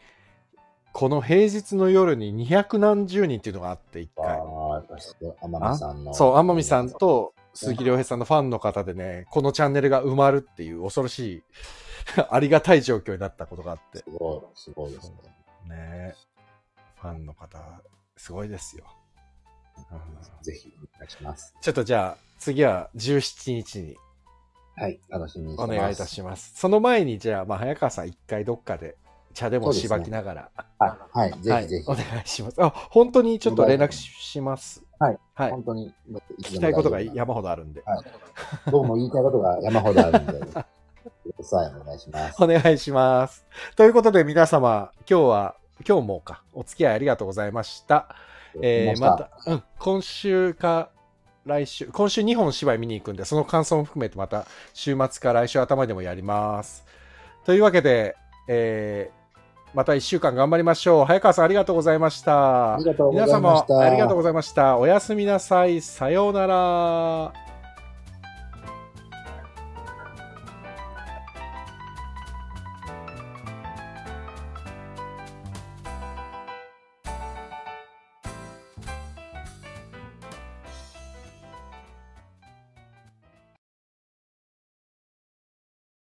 Speaker 1: この平日の夜に200何十人っていうのがあって、1回。
Speaker 2: ああ、やっぱし、天海さんの。
Speaker 1: そう、天海さん。と鈴木亮平さんのファンの方でね、このチャンネルが埋まるっていう恐ろしい、 ありがたい状況になったことがあって
Speaker 2: す。ごい、すごいですね。
Speaker 1: ねファンの方、すごいですよ。うん
Speaker 2: ぜひ、お願いします。
Speaker 1: ちょっとじゃあ、次は17日に
Speaker 2: はい、楽しみにして
Speaker 1: お
Speaker 2: ます。
Speaker 1: 願いいたします。その前に、じゃあ、まあ、早川さん一回どっかで茶でもしばきながら、
Speaker 2: あはい、ぜ
Speaker 1: は
Speaker 2: ひ
Speaker 1: い
Speaker 2: ぜひ。
Speaker 1: お願いします。あ、本当にちょっと連絡しします。
Speaker 2: はい。
Speaker 1: はい。
Speaker 2: 本当に、聞
Speaker 1: 聞きたいことが山ほどあるんで。
Speaker 2: 僕も言いたいことが山ほどあるんで、ください、お願いします。
Speaker 1: お願いします。ということで皆様、今日は、今日もか、お付き合いありがとうございました。えー、また、うん、今週か、来週、今週2本芝居見に行くんで、その感想も含めてまた、週末か来週頭でもやります。というわけで、えーまた1週間頑張りましょう。早川さん、ありがとうございました
Speaker 2: あり。がとうござ
Speaker 1: 皆
Speaker 2: いま
Speaker 1: 様
Speaker 2: した。、
Speaker 1: ありがとうございました。おやすみなさい。さようなら。